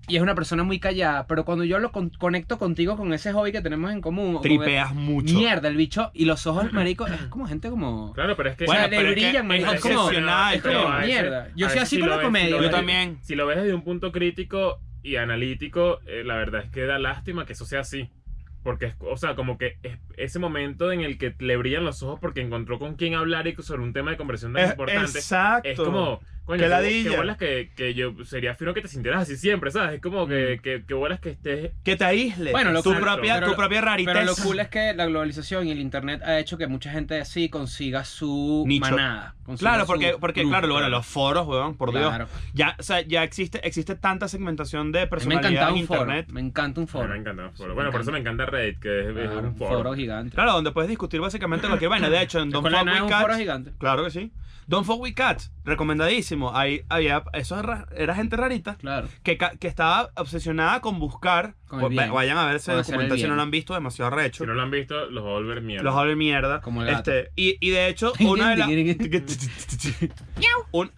D: y es una persona muy callada, pero cuando yo lo con- conecto contigo con ese hobby que tenemos en común, o con el-
C: Tripeas mucho.
D: mierda, el bicho y los ojos del marico, es como gente como...
B: Claro, pero es que.
D: O sea,
C: Bueno, pero
D: le
C: es que
D: brillan, marico,
C: es
D: es como...
C: excepcional,
D: Es como
C: pero a
B: veces-
D: mierda. Yo
B: a
D: soy
B: veces
D: así
B: sí
D: con
B: lo ves,
D: la
B: sí lo
D: comedia.
C: Yo
B: ves.
D: marico.
C: también.
B: Si lo ves desde un punto crítico y analítico, eh, la verdad es que da lástima que eso sea así. Porque, es- o sea, como que es ese momento en el que le brillan los ojos porque encontró con quién hablar y sobre un tema de conversación tan
C: Es-
B: importante.
C: Exacto.
B: Es como, coño,
C: Qué
B: qué,
C: ladilla.
B: qué bolas que, que yo sería fino que te sintieras así siempre, ¿sabes? Es como
C: Mm.
B: que, que, que bolas que estés.
C: Que te aísle.
D: Bueno, lo
C: tu
B: exacto.
C: propia,
D: Pero
C: tu
D: lo-
C: propia rarita.
D: Pero lo cool es que la globalización y el internet ha hecho que mucha gente así consiga su
C: Nicho.
D: manada. consiga
C: Claro,
D: su
C: porque, porque
D: grupo,
C: claro, bueno,
D: claro.
C: los foros, weón, por Dios.
D: Claro.
C: Ya, o sea, ya existe, existe tanta segmentación de
D: A mí Me
C: personalidad
D: encanta
C: en
D: un foro.
C: internet.
D: Me encanta un
B: Me
D: foro.
B: encanta. los foros.
D: me
B: bueno, por eso me encanta Reddit, que es, es
D: Claro,
B: un foro.
D: gigante.
C: Claro, donde puedes discutir básicamente cualquier vaina. De hecho, en Don't
D: Con la
C: Fuck
D: nada es
C: With
D: un foro
C: Cats.
D: gigante.
C: Claro que sí. Don't Fuck With Cats, recomendadísimo. Ahí había, eso era, era gente rarita
D: Claro.
C: que, ca- que estaba obsesionada con buscar.
D: Con el
C: Pues,
D: bien.
C: Vayan a ver ese
D: Con hacer el
C: documental si no
D: bien.
C: lo han visto, demasiado recho.
B: Si no lo han visto, los va a volver mierda.
C: Los hablo mierda.
D: Como el gato.
C: Este, y, y de hecho, una de las. Un-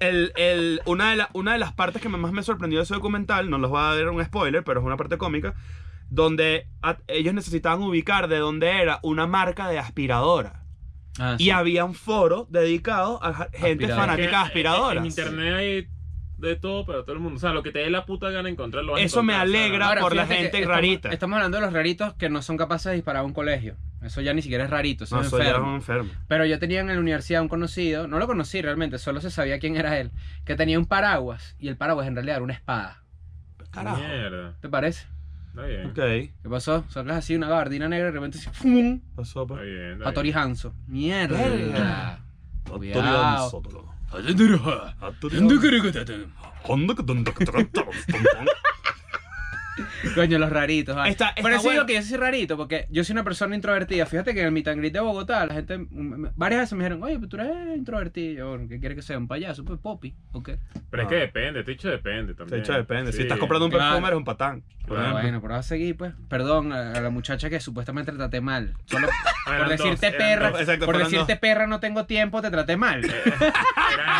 C: El- el- una, de la- una de las partes que más me sorprendió de ese documental, no los va a dar un spoiler, pero es una parte cómica, donde a- ellos necesitaban ubicar de dónde era una marca de aspiradora.
D: Ah,
C: Y había un foro dedicado a ja- gente
D: Aspiradora.
B: Es que
C: fanática de aspiradoras.
B: En internet hay de todo para todo el mundo. O sea, lo que te dé la puta gana encontrar lo vas a
C: Eso me
B: encontrar, o sea,
C: alegra. por la
D: fíjate que
C: gente
D: estamos-
C: rarita.
D: Estamos hablando de los raritos que no son capaces de disparar a un colegio. Eso ya ni siquiera es rarito, eso
C: No,
D: es
C: soy ya
D: enfermo.
C: un enfermo.
D: Pero yo tenía en la universidad un conocido, no lo conocí realmente, solo se sabía quién era él, que tenía un paraguas y el paraguas en realidad era una espada.
C: Carajo.
B: Mierda.
D: ¿Te parece?
B: Está bien.
C: Ok.
D: ¿Qué pasó? Sacas así una gabardina negra y de repente así, ¡fum!
C: Pasó
B: Está
C: pues. por.
B: bien. está
D: Hattori Hanzo. Mierda.
C: Verga.
D: Cuidado. Coño, los raritos. vale.
C: Está- está
D: Pero eso
C: bueno.
D: es lo que yo soy rarito, porque yo soy una persona introvertida. Fíjate que en el meet and greet de Bogotá, la gente, mm, varias veces me dijeron, oye, pero tú eres introvertido. Yo, "Bueno, ¿Qué quieres que sea? ¿Un payaso? Pues popi. Ok.
B: Pero es
C: Ah.
B: que depende, te dicho depende
C: De
B: también.
C: hecho, depende. Si
B: Sí.
C: estás comprando un
D: Claro.
C: perfume, eres un patán. Por
B: Claro.
D: Pero
C: ejemplo.
D: bueno, pero vas a seguir, pues. Perdón a, a la muchacha que supuestamente traté mal. Solo
B: Ah,
D: por
B: eran
D: decirte
B: dos,
D: perra.
B: Eran
C: dos.
B: dos,
C: Exacto,
D: por
C: fueron
D: decirte
C: dos.
D: perra no tengo tiempo, te traté mal.
B: eran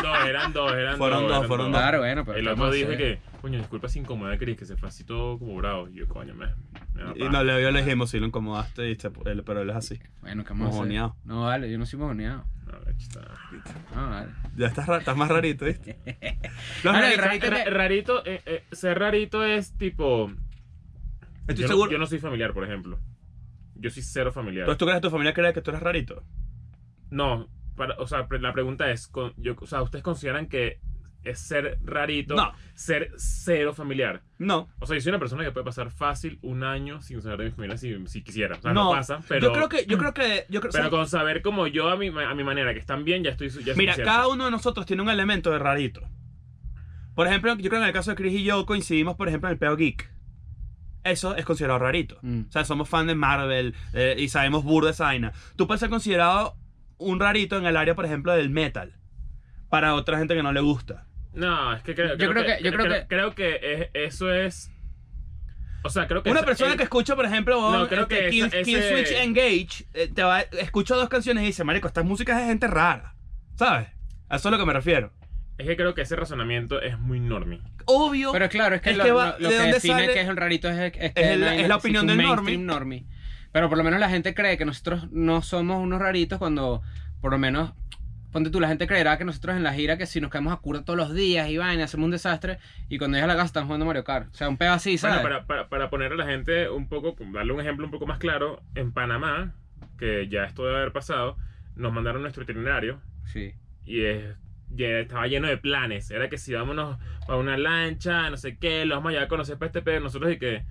B: dos, eran dos. eran
C: Fueron dos,
B: eran
C: fueron
D: Claro, bueno, pero.
B: El
D: ¿qué
B: otro
D: vamos a
B: dijo
D: hacer?
B: que, coño, disculpa si incomoda a Chris, que se fue así todo como bravo. Y yo, coño, me. me da
C: Y
B: paja.
C: no, Leo le dijimos, si lo incomodaste, y se- él- pero él es así.
D: Bueno, ¿qué vamos a hacer?
C: Mojoneado.
D: No, vale, yo no soy mojoneado.
B: No, la chista.
D: No, vale.
C: Ya estás, ra- estás más rarito, ¿viste? Los
D: Ahora,
C: raritos-
D: el rarito
B: Ra-
D: que-
B: Rarito, eh, eh, ser rarito es tipo.
C: Estoy
B: yo,
C: seguro.
B: No, yo no soy familiar, por ejemplo. Yo soy cero familiar.
C: Entonces, ¿tú crees que tu familia cree que tú eres rarito?
B: No, para, o sea, pre- la pregunta es, con- yo, o sea, ¿ustedes consideran que es ser rarito,
C: No.
B: ser cero familiar?
C: No.
B: O sea, yo soy una persona que puede pasar fácil un año sin saber de mi familia si, si quisiera. O sea, no,
C: No,
B: pasa, pero, mm.
C: Yo creo que. Yo creo que yo creo, o sea,
B: pero con saber como yo a mi, ma- a mi manera, que están bien, ya estoy ya es
C: mira,
B: suficiente.
C: cada uno de nosotros tiene un elemento de rarito. Por ejemplo, yo creo que en el caso de Chris y yo coincidimos, por ejemplo, en el peo geek. eso es considerado rarito.
D: Mm.
C: O sea, somos fan de Marvel eh, y sabemos burda esa vaina. Tú puedes ser considerado un rarito en el área, por ejemplo, del metal. Para otra gente que no le gusta.
B: No, es que creo,
D: Yo
B: creo
D: creo que- yo creo que-
B: creo que es- eso es. O sea, creo que.
C: Una
B: esa-
C: persona
B: el-
C: que escucha, por ejemplo,
B: No, creo
C: este,
B: que
C: Kill,
B: esa-
C: Kill
B: ese-
C: Switch Engage, eh, te va, escucha dos canciones y dice, marico, estas músicas es de gente rara. ¿Sabes? A eso es a lo que me refiero.
B: Es que creo que ese razonamiento es muy normie.
C: Obvio.
D: Pero claro, es que
C: Es
D: lo,
C: que
D: que,
C: va-
D: lo,
C: ¿de
D: lo que
C: dónde
D: define
C: sale?
D: que es un rarito es, es
C: Es el-
D: no hay-
C: es la
D: existe
C: opinión
D: un
C: del
D: mainstream normie. Pero por lo menos la gente cree que nosotros no somos unos raritos cuando, por lo menos, ponte tú, la gente creerá que nosotros en la gira que si nos quedamos a cura todos los días y vaina, hacemos un desastre y cuando llega a la casa están jugando Mario Kart. O sea, un pedo así, ¿sabes?
B: Bueno, para, para, para poner a la gente un poco, darle un ejemplo un poco más claro, en Panamá, que ya esto debe haber pasado, nos mandaron nuestro itinerario
D: Sí.
B: y es- ya estaba lleno de planes. Era que si vámonos a una lancha, no sé qué, lo vamos a llevar a conocer para este pedo. Nosotros y que,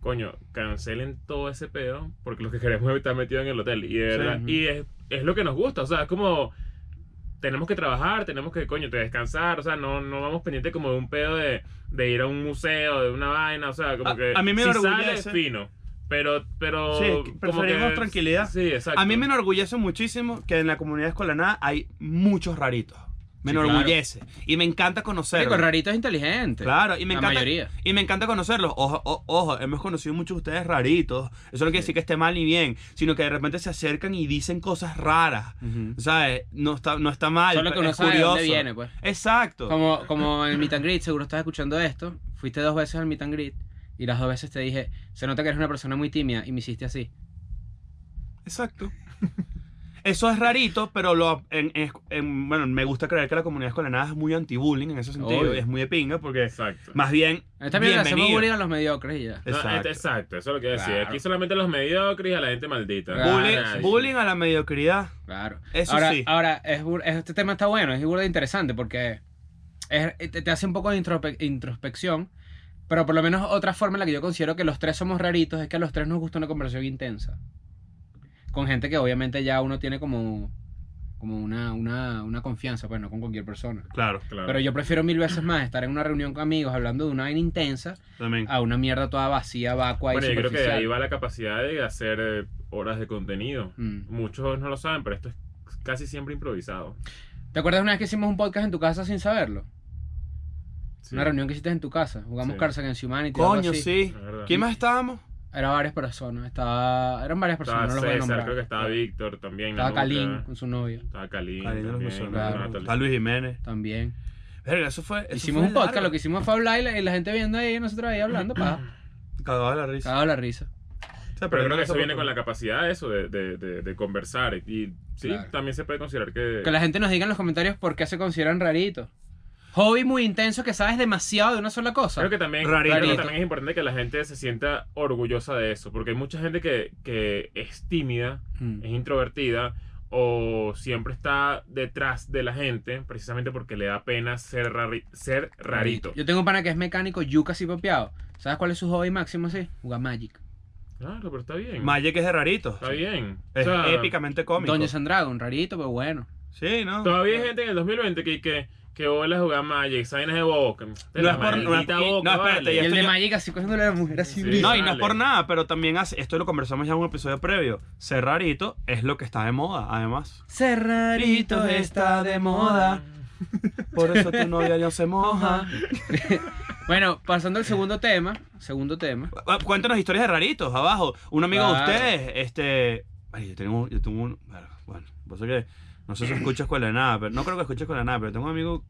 B: coño, cancelen todo ese pedo porque lo que queremos es estar metidos en el hotel. Y de
C: Sí,
B: verdad,
D: ujú.
B: y es, es lo que nos gusta. O sea, es como, tenemos que trabajar, tenemos que, coño, te descansar. O sea, no, no vamos pendiente como de un pedo de, de ir a un museo, de una vaina. O sea, como
C: A-
B: que
C: a mí me
B: si sale
C: enorgullece.
B: es fino. Pero, pero.
C: Sí,
B: como
C: preferimos
B: que-
C: tranquilidad.
B: Sí, exacto.
C: A mí me enorgullece muchísimo que en la comunidad escolar hay muchos raritos. Me
D: Sí, claro.
C: enorgullece. Y me encanta
D: Marico,
C: conocerlos.
D: el rarito es inteligente.
C: Claro, y me
D: La
C: encanta.
D: mayoría.
C: Y me encanta conocerlos. Ojo, o- ojo, hemos conocido muchos de ustedes raritos. Eso no quiere
D: Sí.
C: decir que esté mal ni bien, sino que de repente se acercan y dicen cosas raras.
D: Ujú.
C: ¿Sabes? No está, no está mal.
D: Solo que uno
C: es
D: sabe de
C: curioso.
D: dónde viene, pues.
C: Exacto.
D: Como, como en Meet and Greet, seguro estás escuchando esto. Fuiste dos veces al Meet and Greet y las dos veces te dije, se nota que eres una persona muy tímida y me hiciste así.
C: Exacto. Eso es rarito, pero lo, en- en- en- bueno, me gusta creer que la comunidad escolar es muy anti-bullying en ese sentido.
D: Obvio.
C: y es muy de pinga porque
B: Exacto.
C: más bien.
D: También le hacemos
C: bienvenido.
D: bullying a los mediocres y ya.
B: No, et-
C: Este, Exacto.
B: Exacto. eso es lo que iba a decir.
D: Claro.
B: Aquí solamente los mediocres y a la gente maldita.
D: Claro.
B: Ah,
C: Bullying,
B: nadie.
C: bullying a la mediocridad.
D: Claro.
C: Eso
D: ahora,
C: sí.
D: ahora es, bur- es- este tema está bueno, es burda interesante porque es- te, te hace un poco de introspe- introspección, pero por lo menos otra forma en la que yo considero que los tres somos raritos es que a los tres nos gusta una conversación intensa. Con gente que obviamente ya uno tiene como, como una, una, una confianza, pues no con cualquier persona.
C: Claro,
B: Claro.
D: Pero yo prefiero mil veces más estar en una reunión con amigos hablando de una vaina intensa
C: también.
D: a una mierda toda vacía, vacua
B: bueno,
D: y
B: yo creo que de
D: superficial.
B: ahí va la capacidad de hacer eh, horas de contenido.
D: Mm.
B: Muchos no lo saben, pero esto es casi siempre improvisado.
D: ¿Te acuerdas una vez que hicimos un podcast en tu casa sin saberlo?
B: Sí,
D: Una reunión que hiciste en tu casa. Jugamos
B: Sí.
D: Cards Against Humanity. algo
C: Coño,
D: así.
C: sí.
B: la verdad.
C: ¿Quién más estábamos?
D: Era varias personas. Estaba... Eran varias personas,
B: Estaba
D: no los voy a
B: César,
D: nombrar.
B: creo que estaba Víctor también.
D: Estaba
B: Nanuca,
D: Kalin con su novio
B: Estaba Kalin.
C: Ahí no los
B: también,
C: mencioné.
D: claro.
B: Natalia.
C: Está Luis Jiménez.
D: también.
C: Verga, eso fue. eso
D: hicimos
C: fue
D: un podcast,
C: largo.
D: lo que hicimos fue hablar y la, y la gente viendo ahí y nosotros ahí hablando, pa.
C: Cagado de la risa.
D: Cagado la risa.
C: O sea,
B: Pero
C: yo
B: creo que
C: sé
B: eso viene
C: por-
B: con la capacidad de eso, de, de, de, de conversar. Y sí,
D: Claro.
B: también se puede considerar que...
D: Que la gente nos diga en los comentarios por qué se consideran raritos. Hobby muy intenso que sabes demasiado de una sola cosa.
B: Creo que también,
C: Rarito.
B: creo que también es importante que la gente se sienta orgullosa de eso, porque hay mucha gente que, que es tímida
D: Mm.
B: es introvertida o siempre está detrás de la gente precisamente porque le da pena ser, rari- ser rarito.
D: Yo tengo un pana que es mecánico, yuca así papeado. ¿Sabes cuál es su hobby máximo así? Jugar Magic.
B: Claro, pero está bien.
C: Magic es de rarito.
B: Está bien. O
C: Es
B: sea,
C: épicamente cómico.
D: Doña Sandragon, rarito, pero bueno.
C: Sí, ¿no?
B: Todavía hay gente en el 2020 que, que, que bola jugar Magic, vainas de boca. De
C: No
B: la
C: es por- no es-
B: maldita
C: y-
B: boca,
C: no, espérate,
B: vale.
D: Y
C: esto
D: el de
C: yo-
D: Magic así cogiéndole a la mujer así
B: Sí.
D: brisa.
C: No, y no es
B: Vale.
C: por nada, pero también hace- esto lo conversamos ya en un episodio previo. Ser rarito es lo que está de moda, además.
D: Cerrarito está de moda.
C: Por eso tu novia no se moja.
D: Ajá. bueno, pasando al segundo tema. Segundo tema.
C: Ah, Cuéntanos historias de raritos abajo. Un amigo
D: Claro.
C: de ustedes, este. Ay, yo tengo, yo tengo un. Bueno, por eso que. No sé si escucha escuela de nada, pero no creo que escuche escuela de nada, pero tengo un amigo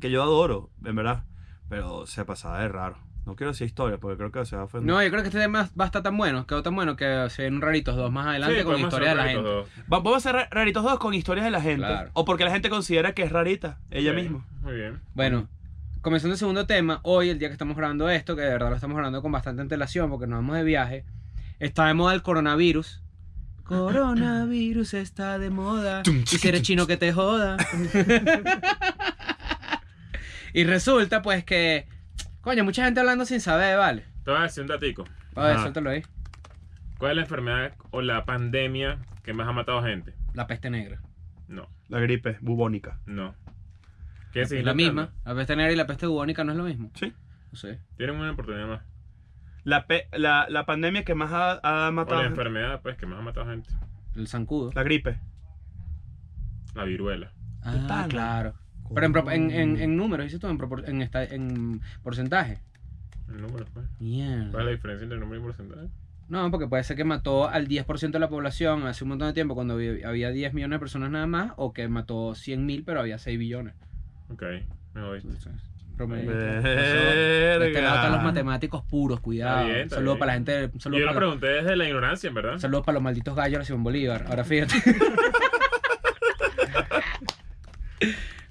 C: que yo adoro, en verdad. Pero se pasaba de raro. No quiero decir historia, porque creo que se va a ofender.
D: No, yo creo que este tema va a estar tan bueno, quedó tan bueno que se ven un raritos dos más adelante
B: Sí,
D: con
B: podemos
D: historias de
B: hacer
D: la gente.
B: raritos dos.
C: Va- Vamos a hacer ra- raritos dos con historias de la gente.
D: Claro.
C: O porque la gente considera que es rarita, ella
B: Ok,
C: misma.
B: Muy bien.
D: Bueno, comenzando el segundo tema, hoy, el día que estamos grabando esto, que de verdad lo estamos grabando con bastante antelación porque nos vamos de viaje, está de moda el coronavirus. Coronavirus está de moda.
C: Tum,
D: Y si eres chino que te joda. y resulta pues que, coño, mucha gente hablando sin saber, vale.
B: Te voy a decir un datico.
D: A ver,
C: Ajá.
D: suéltalo ahí.
B: ¿Cuál es la enfermedad o la pandemia que más ha matado gente?
D: La peste negra.
B: No,
C: La gripe bubónica.
B: no. ¿Quieres seguir
D: Es la
B: intentando?
D: misma. La peste negra y la peste bubónica no es lo mismo.
C: Sí.
D: No sé.
B: Tienen una oportunidad más.
C: La, pe- la, la pandemia que más ha, ha
B: O la
C: matado. gente-
B: enfermedad, pues, que más ha matado gente.
D: El zancudo.
C: La gripe.
B: La viruela.
C: de
D: Ah,
C: pana.
D: claro. Pero en, pro- en, en, en números, dices tú, en, propor- en, esta- en porcentaje.
B: El número, pues. ¿Cuál es la
D: Mierda.
B: diferencia entre el número y el porcentaje?
D: No, porque puede ser que mató al 10% de la población hace un montón de tiempo, cuando había- había 10 millones de personas nada más, o que mató 100 mil, pero había 6 billones.
B: Ok, me jodiste.
D: Entonces, promedio. Eso- De este lado están los
C: Verga.
D: matemáticos puros, cuidado.
B: Está bien, está
D: un saludo
B: bien.
D: para la gente, un saludo
B: Yo lo
D: para,
B: pregunté desde la ignorancia, en ¿verdad?
D: un saludo para los malditos gallos de Simón Bolívar. Ahora fíjate.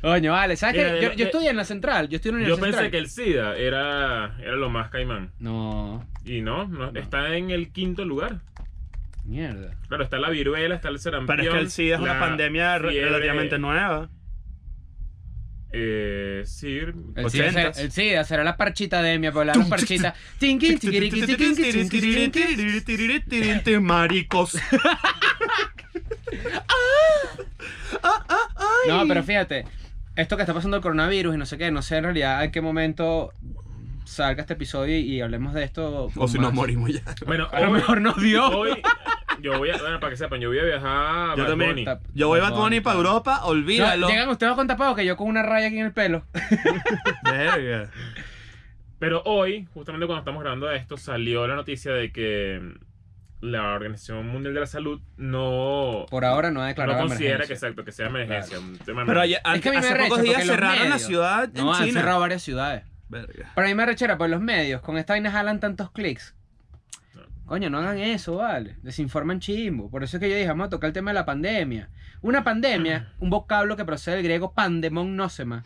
D: Coño, vale, ¿sabes
B: Mira,
D: qué?
B: de
D: Yo,
B: lo-
D: yo
B: de-
D: estudié en la central, yo estudié en la
B: Yo
D: Universidad
B: pensé
D: central.
B: que el SIDA era, era lo más caimán.
D: No,
B: Y no, no,
D: No.
B: está en el quinto lugar.
D: mierda.
B: Claro, está la viruela, está el sarampión.
C: Pero es que el SIDA es una
B: la
C: pandemia re-
B: fiebre,
C: relativamente nueva.
B: Eh, sí,
D: El SIDA,
C: Ochentas.
D: el SIDA será la parchitademia, pero la parchita. Tinkin, tiquiriqui, tiquiriqui, tiquiriqui, tiquiriqui.
C: Maricos.
D: No, pero fíjate, esto que está pasando el coronavirus y no sé qué, no sé en realidad en qué momento salga este episodio y hablemos de esto.
C: O
D: con
C: si nos
D: más.
C: morimos ya.
B: Bueno,
D: A lo mejor nos dio.
B: Hoy, yo voy a, bueno, para que sepan, yo voy a viajar a
C: Yo
B: Bad
C: también.
B: Bunny.
D: Tap-
C: Yo voy a Bad
D: Bad
C: Bunny
D: Bunny,
C: para
D: claro.
C: Europa, olvídalo.
D: No, llegan ustedes con tapado que yo con una raya aquí en el pelo.
C: Verga.
B: Pero hoy, justamente cuando estamos grabando esto, salió la noticia de que la Organización Mundial de la Salud no,
D: Por ahora no ha
B: no
D: declarado
B: considera que,
D: emergencia.
B: exacto, que sea emergencia. un tema
C: Pero
B: emergencia.
C: ayer-
D: Es que a mí me
C: hace
D: arrecha
C: pocos días
D: porque los
C: cerraron la
D: medios-
C: ciudad en
D: No, han
C: China.
D: cerrado varias ciudades.
C: Verga.
D: Pero a mí me rechera, pues los medios con esta vaina jalan tantos clics.
B: No.
D: Coño, no hagan eso, vale. Desinforman chimbo. Por eso es que yo dije, vamos a tocar el tema de la pandemia. Una pandemia, un vocablo que procede del griego pandemon nosema,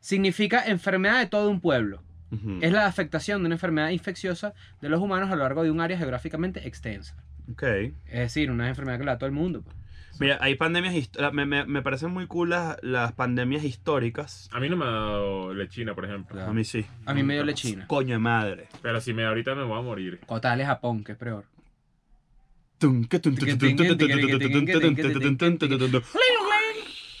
D: significa enfermedad de todo un pueblo.
C: Ujú.
D: Es la afectación de una enfermedad infecciosa de los humanos a lo largo de un área geográficamente extensa.
C: Ok.
D: Es decir, una enfermedad que la da todo el mundo. pues.
C: Mira, hay pandemias. hist- la- Me, me- me parecen muy cool las, las pandemias históricas.
B: A mí no me ha dado lechina, por ejemplo.
D: Claro.
C: A mí sí.
D: A mí me dio lechina.
C: Coño de madre.
B: Pero si me da ahorita me voy a morir.
D: Cotales Japón, que es peor.
C: Tum, que tum, tum, tum, tum, tum, tum, tum, tum, tum, tum, tum, tum, tum, tum, tum, tum.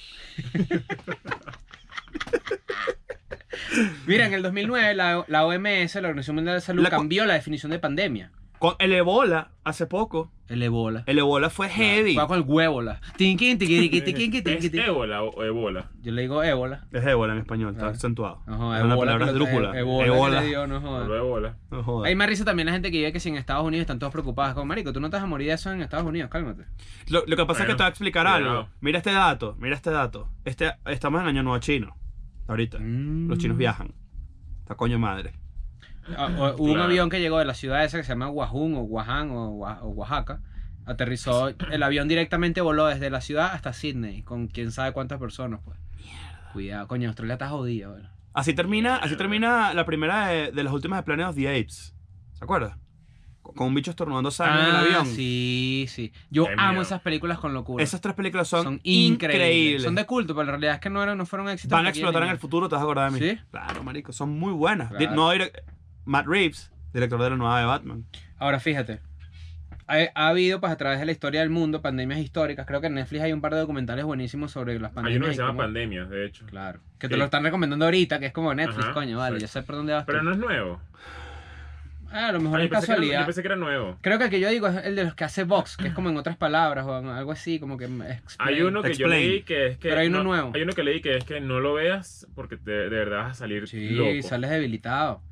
D: Mira, en el 2009 la, la OMS, la Organización Mundial de la Salud,
C: La co-
D: cambió la definición de pandemia.
C: Con el ebola, hace poco.
D: El ebola.
C: El ebola fue heavy.
D: Fue con el huébola. Tinquín, tiquiriqui, tiquín, tiquín,
B: ¿Es
D: tiquín.
B: ébola o ébola?
D: Yo le digo ébola.
C: Es ébola en español, está
D: Ah.
C: acentuado.
D: Ajá,
C: es una
D: ébola,
C: palabra
D: pero-
C: drújula.
D: eh, Ébola.
C: Ébola.
D: que le dio, no joda.
B: Hablo de ébola.
C: No jodas.
D: Ahí me risa también la gente que vive que si en Estados Unidos están todos preocupados. Como, marico, tú no te vas a morir de eso en Estados Unidos, cálmate.
C: Lo, lo que pasa es que
B: Bueno,
C: te voy a explicar
B: cuidado.
C: algo. Mira este dato, mira este dato. Este, estamos en Año Nuevo Chino. Ahorita.
D: Mm.
C: Los chinos viajan. Está coño madre.
D: Ah, o- Hubo un
B: Claro.
D: avión que llegó de la ciudad esa que se llama Guajún o Guaján o, Gua- o Oaxaca. Aterrizó, el avión directamente voló desde la ciudad hasta Sydney, con quién sabe cuántas personas, pues. Cuidado, coño, Australia está jodida, ¿verdad?
C: Así termina, así termina la primera de, de las últimas de Planet of the Apes. ¿Se acuerda? Con, con un bicho estornudando sangre en el
D: Ah,
C: avión.
D: Sí, sí. Yo
B: Qué
D: amo
B: miedo.
D: esas películas con locura.
C: Esas tres películas son,
D: son
C: increíbles.
D: increíbles. Son de culto, pero la realidad es que no, eran, no fueron éxitos.
C: Van a
D: porque
C: explotar en
D: tienen-
C: el futuro, te vas a acordar de mí.
D: ¿Sí?
C: Claro, marico, son muy buenas. Di-
D: Claro.
C: No, dire- Matt Reeves, director de la nueva de Batman.
D: Ahora fíjate. Ha, ha habido, pues, a través de la historia del mundo, pandemias históricas. Creo que en Netflix hay un par de documentales buenísimos sobre las
B: Hay
D: pandemias.
B: uno que
D: y
B: se llama
D: cómo-
B: pandemias, de hecho.
D: Claro. Que te
B: Sí.
D: lo están recomendando ahorita, que es como Netflix,
B: Ajá,
D: coño, vale.
B: exacto.
D: Ya sé por dónde vas.
B: Pero
D: tú.
B: no es nuevo.
D: Ah, a lo mejor
B: Ah, yo,
D: es
B: pensé que era,
D: casualidad.
B: yo pensé que era nuevo.
D: Creo que el que yo digo es el de los que hace Vox, que es como en otras palabras o en algo así, como que.
B: Hay uno que
C: Explain.
B: yo leí que es que.
D: Pero hay uno
B: no-
D: nuevo.
B: Hay uno que leí que es que no lo veas porque te- de verdad vas a salir
D: Sí,
B: loco.
D: sales debilitado.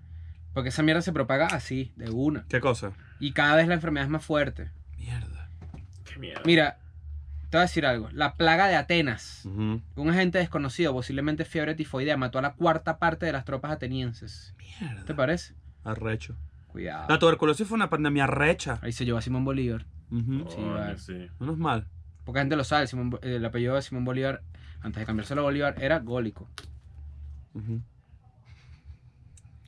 D: Porque esa mierda se propaga así, de una.
C: ¿Qué cosa?
D: Y cada vez la enfermedad es más fuerte.
C: Mierda.
B: Qué miedo.
D: Mira, te voy a decir algo. La plaga de Atenas.
C: Ujú.
D: Un agente desconocido, posiblemente fiebre tifoidea, mató a la cuarta parte de las tropas atenienses. ¿Te
C: Mierda.
D: parece?
C: Arrecho. La
D: Cuidado.
C: tuberculosis fue una pandemia recha.
D: Ahí se llevó a Simón Bolívar.
C: Ujú.
B: Coño,
D: sí, vale.
B: sí.
C: Menos mal.
D: Poca gente lo sabe. Simón Bo- el apellido de Simón Bolívar, antes de cambiárselo a Bolívar, era Gólico.
C: Ujú.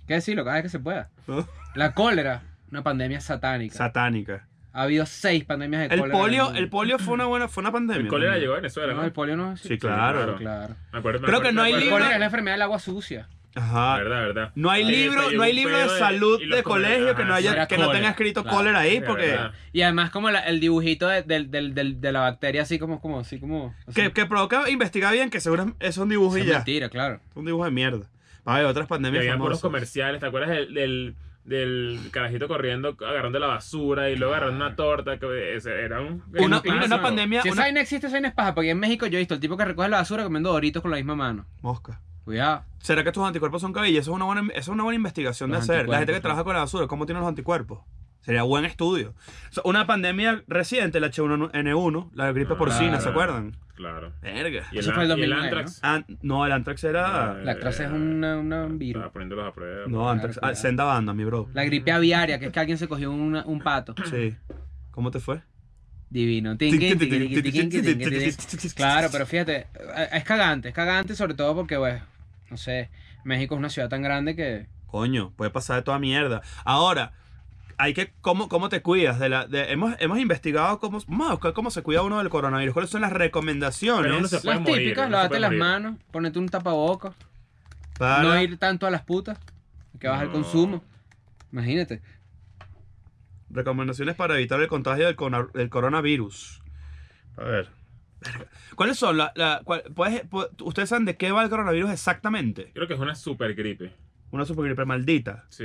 D: ¿Qué decirlo? Cada vez que se pueda.
C: ¿No?
D: La cólera, una pandemia satánica.
C: Satánica.
D: ha habido seis pandemias de cólera.
C: El
D: en
C: polio,
D: mundo.
C: el polio fue una buena, fue una pandemia.
B: El cólera
C: también.
B: llegó a Venezuela,
D: No,
B: ¿no?
D: el polio no es.
C: Sí, claro.
B: claro.
D: claro.
B: Me acuerdo- me
C: Creo
B: acuerdo-
C: que no hay
B: me
D: El
B: acuerdo-
C: libro-
D: cólera es la enfermedad del agua sucia.
C: Ajá.
B: Verdad, verdad.
C: No hay
B: Ahí
C: libro,
B: está,
C: no hay
B: un
C: libro de
B: pedo
C: salud
B: y los
C: de colegio
B: colegas,
C: que no
B: ajá,
C: haya,
D: era
C: que no tenga
D: cólera,
C: escrito
D: claro.
C: cólera ahí,
B: de
C: porque
B: verdad.
D: Y además como la- el dibujito de, del- del- del- de la bacteria así como, como así como... así.
C: que, que provoca investigar bien, que seguro es un dibujo
D: Eso
C: y
D: es
C: ya.
D: mentira, claro.
C: Un dibujo de mierda. A ver, otras
B: Y
C: pandemias
B: había puros
C: famosas.
B: comerciales, ¿te acuerdas del, del, del carajito corriendo, agarrando la basura y luego agarrando una torta. Que eh, ese era un. era
C: Una,
B: un clásico.
C: una- una pandemia.
D: Si esa
C: Una...
D: vaina existe, esa vaina es paja. Porque en México yo he visto el tipo que recoge la basura comiendo doritos con la misma mano.
C: Mosca.
D: Cuidado.
C: ¿Será que tus anticuerpos son cabilla? Eso es una buena, eso es una buena investigación
D: Los
C: de hacer. La gente que
D: anticuerpos,
C: trabaja con la basura, ¿cómo tienen los anticuerpos? Sería buen estudio. So, una pandemia reciente, la H1N1, la gripe
B: Ah,
C: porcina,
B: claro.
C: ¿se acuerdan?
B: Claro.
C: Verga.
B: Y el,
D: Eso fue el
B: an- y el
D: 2009,
B: Antrax.
C: Ah, no, el Antrax era.
B: Eh,
D: La clase es una- una- un virus.
B: Estaba poniéndolos a prueba.
C: No, Antrax.
D: claro,
C: ah, senda banda, mi bro.
D: La gripe aviaria, que es que alguien se cogió una- un pato.
C: Sí. ¿Cómo te fue?
D: Divino. Tinkin, tiquin, tiquin, tiquin, tiquin. Claro, pero fíjate, eh, es cagante, es cagante sobre todo porque, pues, no sé, México es una ciudad tan grande que...
C: Coño, puede pasar de toda mierda. Ahora, hay que, ¿cómo, cómo te cuidas? De la, de- hemos, hemos investigado cómo, vamos a buscar cómo se cuida uno del coronavirus. ¿Cuáles son las
B: Pero uno
C: recomendaciones
B: se- puede
D: Las
B: morir, uno
D: típicas,
B: se
D: lavate
B: puede
D: las
B: morir.
D: manos, ponete un tapabocas,
C: para
D: no ir tanto a las putas, que baja el
B: No.
D: consumo. Imagínate.
C: recomendaciones para evitar el contagio del, cona- del coronavirus?
B: A ver.
C: ¿Cuáles son? La, la- cuál- puedes- pu- ¿Ustedes saben de qué va el coronavirus exactamente?
B: Creo que es una super gripe.
C: Una supergripe maldita.
B: Sí.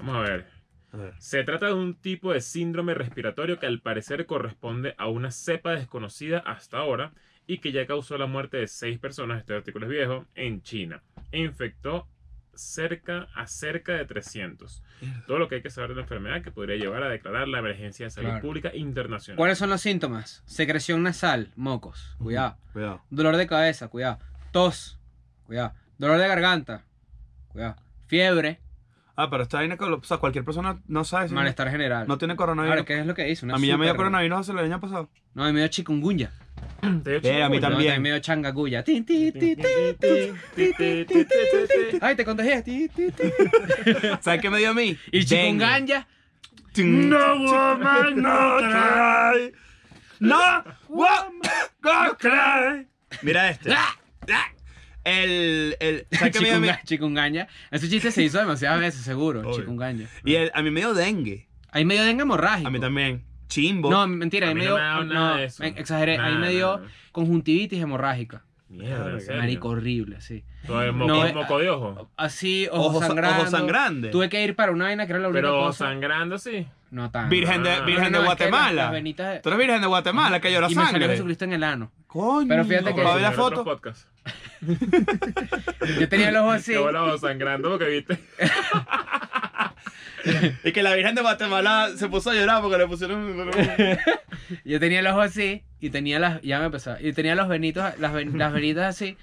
B: Vamos a ver.
C: A ver.
B: Se trata de un tipo de síndrome respiratorio que al parecer corresponde a una cepa desconocida hasta ahora y que ya causó la muerte de seis personas, este artículo es viejo, en China. E infectó cerca a cerca de 300.
C: Mierda.
B: Todo lo que hay que saber de la enfermedad que podría llevar a declarar la emergencia de salud
D: Claro.
B: pública internacional.
D: ¿Cuáles son los síntomas? Secreción nasal, mocos, cuidado.
C: Cuidado.
D: Dolor de cabeza, cuidado. Tos, cuidado. Dolor de garganta, cuidado. Fiebre,
C: Ah, pero esta vaina, o sea, cualquier persona no sabe si
D: malestar general.
C: no tiene
D: Ahora,
C: coronavirus.
D: ¿qué es lo que hizo? Una
C: A mí ya me dio
D: super-
C: coronavirus hace el año pasado.
D: No, a mí me dio chikungunya.
B: De hecho, pues,
C: Eh, a mí
B: uy,
D: No,
C: También.
D: me dio changagulla. Tin, tin, tin, tin. Ay, te contagié. Tin, tin, tin.
C: ¿Sabes qué me dio a mí?
D: Y
C: Dengue.
D: chikungunya.
C: No woman, no cry. No woman, no cry. Mira este. El, el, ¿sabes qué me dio a mí?
D: Chikunga- Chikungunya. Ese chiste se hizo demasiadas veces, seguro.
C: Obvio.
D: Chikungunya.
C: Y el, a mí me dio dengue.
D: Ahí me dio dengue hemorrágico.
C: A mí también. Chimbo.
D: No, mentira, ahí
B: A mí
D: me
B: no
D: dio.
B: me ha dado nada
D: No,
B: de eso.
D: me- exageré. Ahí
B: Nada,
D: me dio
B: nada.
D: conjuntivitis hemorrágica.
B: Mierda, ¿en serio?
D: Marico horrible, sí.
B: Todo el moco,
D: No, eh,
B: moco de ojo.
D: Así,
C: Ojo
D: ojos
C: sa-
D: sangrando.
C: ojo sangrante.
D: Tuve que ir para una vaina que era la única
B: Pero
D: cosa.
B: sangrando, sí.
D: No tanto.
C: virgen de,
B: Ah.
D: Pero
C: virgen
D: no,
C: de
D: es que las-
C: Guatemala.
D: las venitas-
C: Tú eres virgen de Guatemala, que llora
D: Y me salió
C: sangre.
D: Jesucristo en el ano.
C: Coño.
D: Pero fíjate que-
C: Para ver la
B: En otros
C: foto.
B: podcasts.
D: Yo tenía el ojo así.
B: Te volaba sangrando porque viste.
C: Y que la virgen de Guatemala se puso a llorar porque le pusieron.
D: Yo tenía el ojo así y tenía las. Ya me empezaba. Y tenía los venitos, las, ven- las venitas así,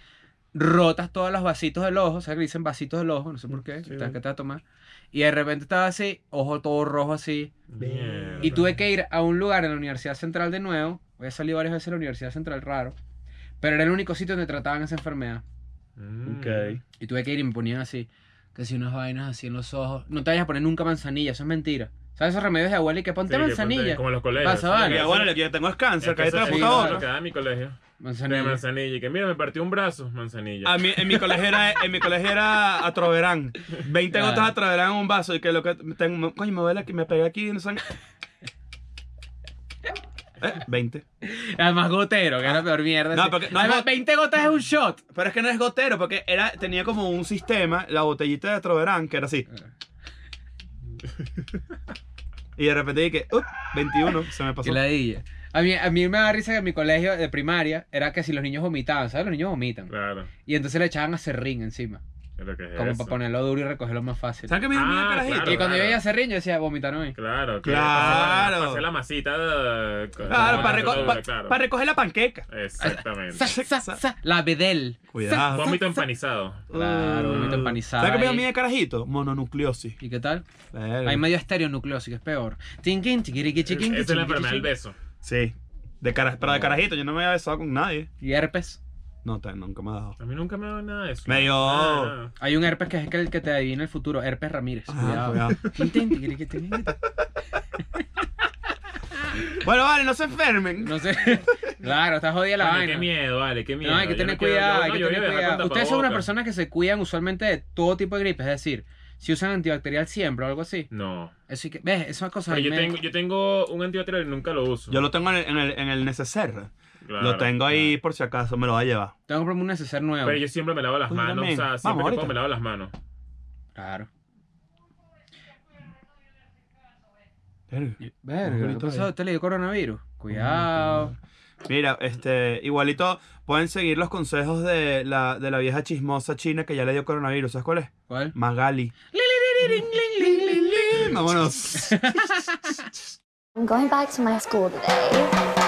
D: rotas todas los vasitos del ojo. O sea, que le dicen vasitos del ojo, no sé por qué.
C: Sí.
D: que te- que te va a tomar. Y de repente estaba así, ojo todo rojo así.
B: Mierda.
D: Y tuve que ir a un lugar en la Universidad Central de nuevo. Voy a salir varias veces a la Universidad Central, raro. Pero era el único sitio donde trataban esa enfermedad.
B: Mm.
D: Y tuve que ir y me ponían así, que si unas vainas así en los ojos. No te vayas a poner nunca manzanilla, eso es mentira. ¿Sabes esos remedios de abuela y que ponte
B: Sí, que
D: manzanilla?
B: ponte- Como en los colegios.
D: Pasa, vale.
C: Y bueno, lo que yo tengo es cáncer, cállate la
D: sí,
C: puta
D: no,
C: boca.
D: no.
B: lo que da en mi colegio. De
D: Manzanilla.
B: manzanilla. Y que mira, me partió un brazo. Manzanilla.
C: A mí, en mi colegio era, en mi colegio era atroverán. 20
D: Claro.
C: gotas atroverán en un vaso y que lo que tengo, coño, me duele aquí, me pegué aquí en sangre. Eh, 20.
D: Además gotero, que era la peor mierda.
C: No,
D: sí.
C: porque no es
D: Además,
C: go-
D: 20 gotas es un shot.
C: Pero es que no es gotero, porque era, tenía como un sistema, la botellita de atroverán, que era así. Y de repente dije, "Up, 21, se me pasó.
D: Que ladilla. A mí, a mí me da risa que en mi colegio de primaria era que si los niños vomitaban, ¿sabes? Los niños vomitan.
B: Claro.
D: Y entonces le echaban a serrín encima.
B: Es lo que es
D: Como
B: eso.
D: para ponerlo duro y recogerlo más fácil.
C: ¿Saben qué me dio miedo,
B: Ah,
C: carajito?
B: claro.
D: y cuando yo veía serrín, yo decía, vomitar hoy.
B: Claro.
C: Claro.
B: Hacer la masita. eh, con-
C: Claro,
B: con
C: para,
B: la
C: reco-
B: dura,
C: pa-
B: claro.
C: para recoger la panqueca.
B: Exactamente.
D: Sa, sa, sa, la bedel.
C: Cuidado.
B: Vómito empanizado.
D: Claro, vómito empanizado
C: Mm. ¿Sabes qué me dio
D: ahí.
C: miedo, carajito? Mononucleosis.
D: ¿Y qué tal?
C: Verga.
D: Hay medio estereonucleosis, que es peor. Tinkin, tiquiriqui, chiquin,
B: Esa es la enfermedad del
D: chiquin,
B: beso.
C: Sí. De cara, pero de carajito, yo no me había besado con nadie.
D: Y herpes.
C: No, te- nunca me ha dado.
B: A mí nunca me ha dado nada de eso.
C: Me dio-
B: Nada.
D: Hay un herpes que es el que te adivina el futuro. Herpes Ramírez.
C: Ajá,
D: Cuidado.
C: cuidado.
D: Tinkin, tiquiriqui, tiquin.
C: Bueno, vale, no se enfermen.
D: No sé. Claro, está jodida la
B: Coño,
D: vaina.
B: qué miedo, vale, qué miedo.
D: No, hay que
B: Yo
D: tener
B: quiero- yo-
D: cuidado,
B: no,
D: hay que
B: yo voy a
D: tener
B: viajar con
D: cuidado. Ustedes son unas
B: tapabocas.
D: personas que se cuidan usualmente de todo tipo de gripe, es decir, si usan antibacterial siempre o algo así.
B: No.
D: Eso hay que, ves, esas cosas.
B: Pero
D: a mí
B: yo
D: me-
B: tengo, yo tengo un antibacterial y nunca lo uso.
C: Yo lo tengo en el, en el, en el neceser.
B: Claro,
C: lo tengo ahí
B: claro.
C: por si acaso, me lo va a llevar.
D: Tengo que comprarme un neceser nuevo.
B: Pero yo siempre me lavo las
C: Pues yo
B: manos. O
C: también.
B: sea,
C: Vamos,
B: siempre que
C: ahorita.
B: puedo me lavo las manos.
D: Claro.
C: Verga.
D: Verga, ¿qué
C: Ahorita
D: pasó?
C: ahí.
D: ¿Te le dio coronavirus? Cuidado.
C: Mira, este, igualito pueden seguir los consejos de la, de la vieja chismosa china que ya le dio coronavirus. ¿Sabes cuál es?
D: ¿Cuál?
C: Magali. Vámonos.
A: I'm going back to my school today.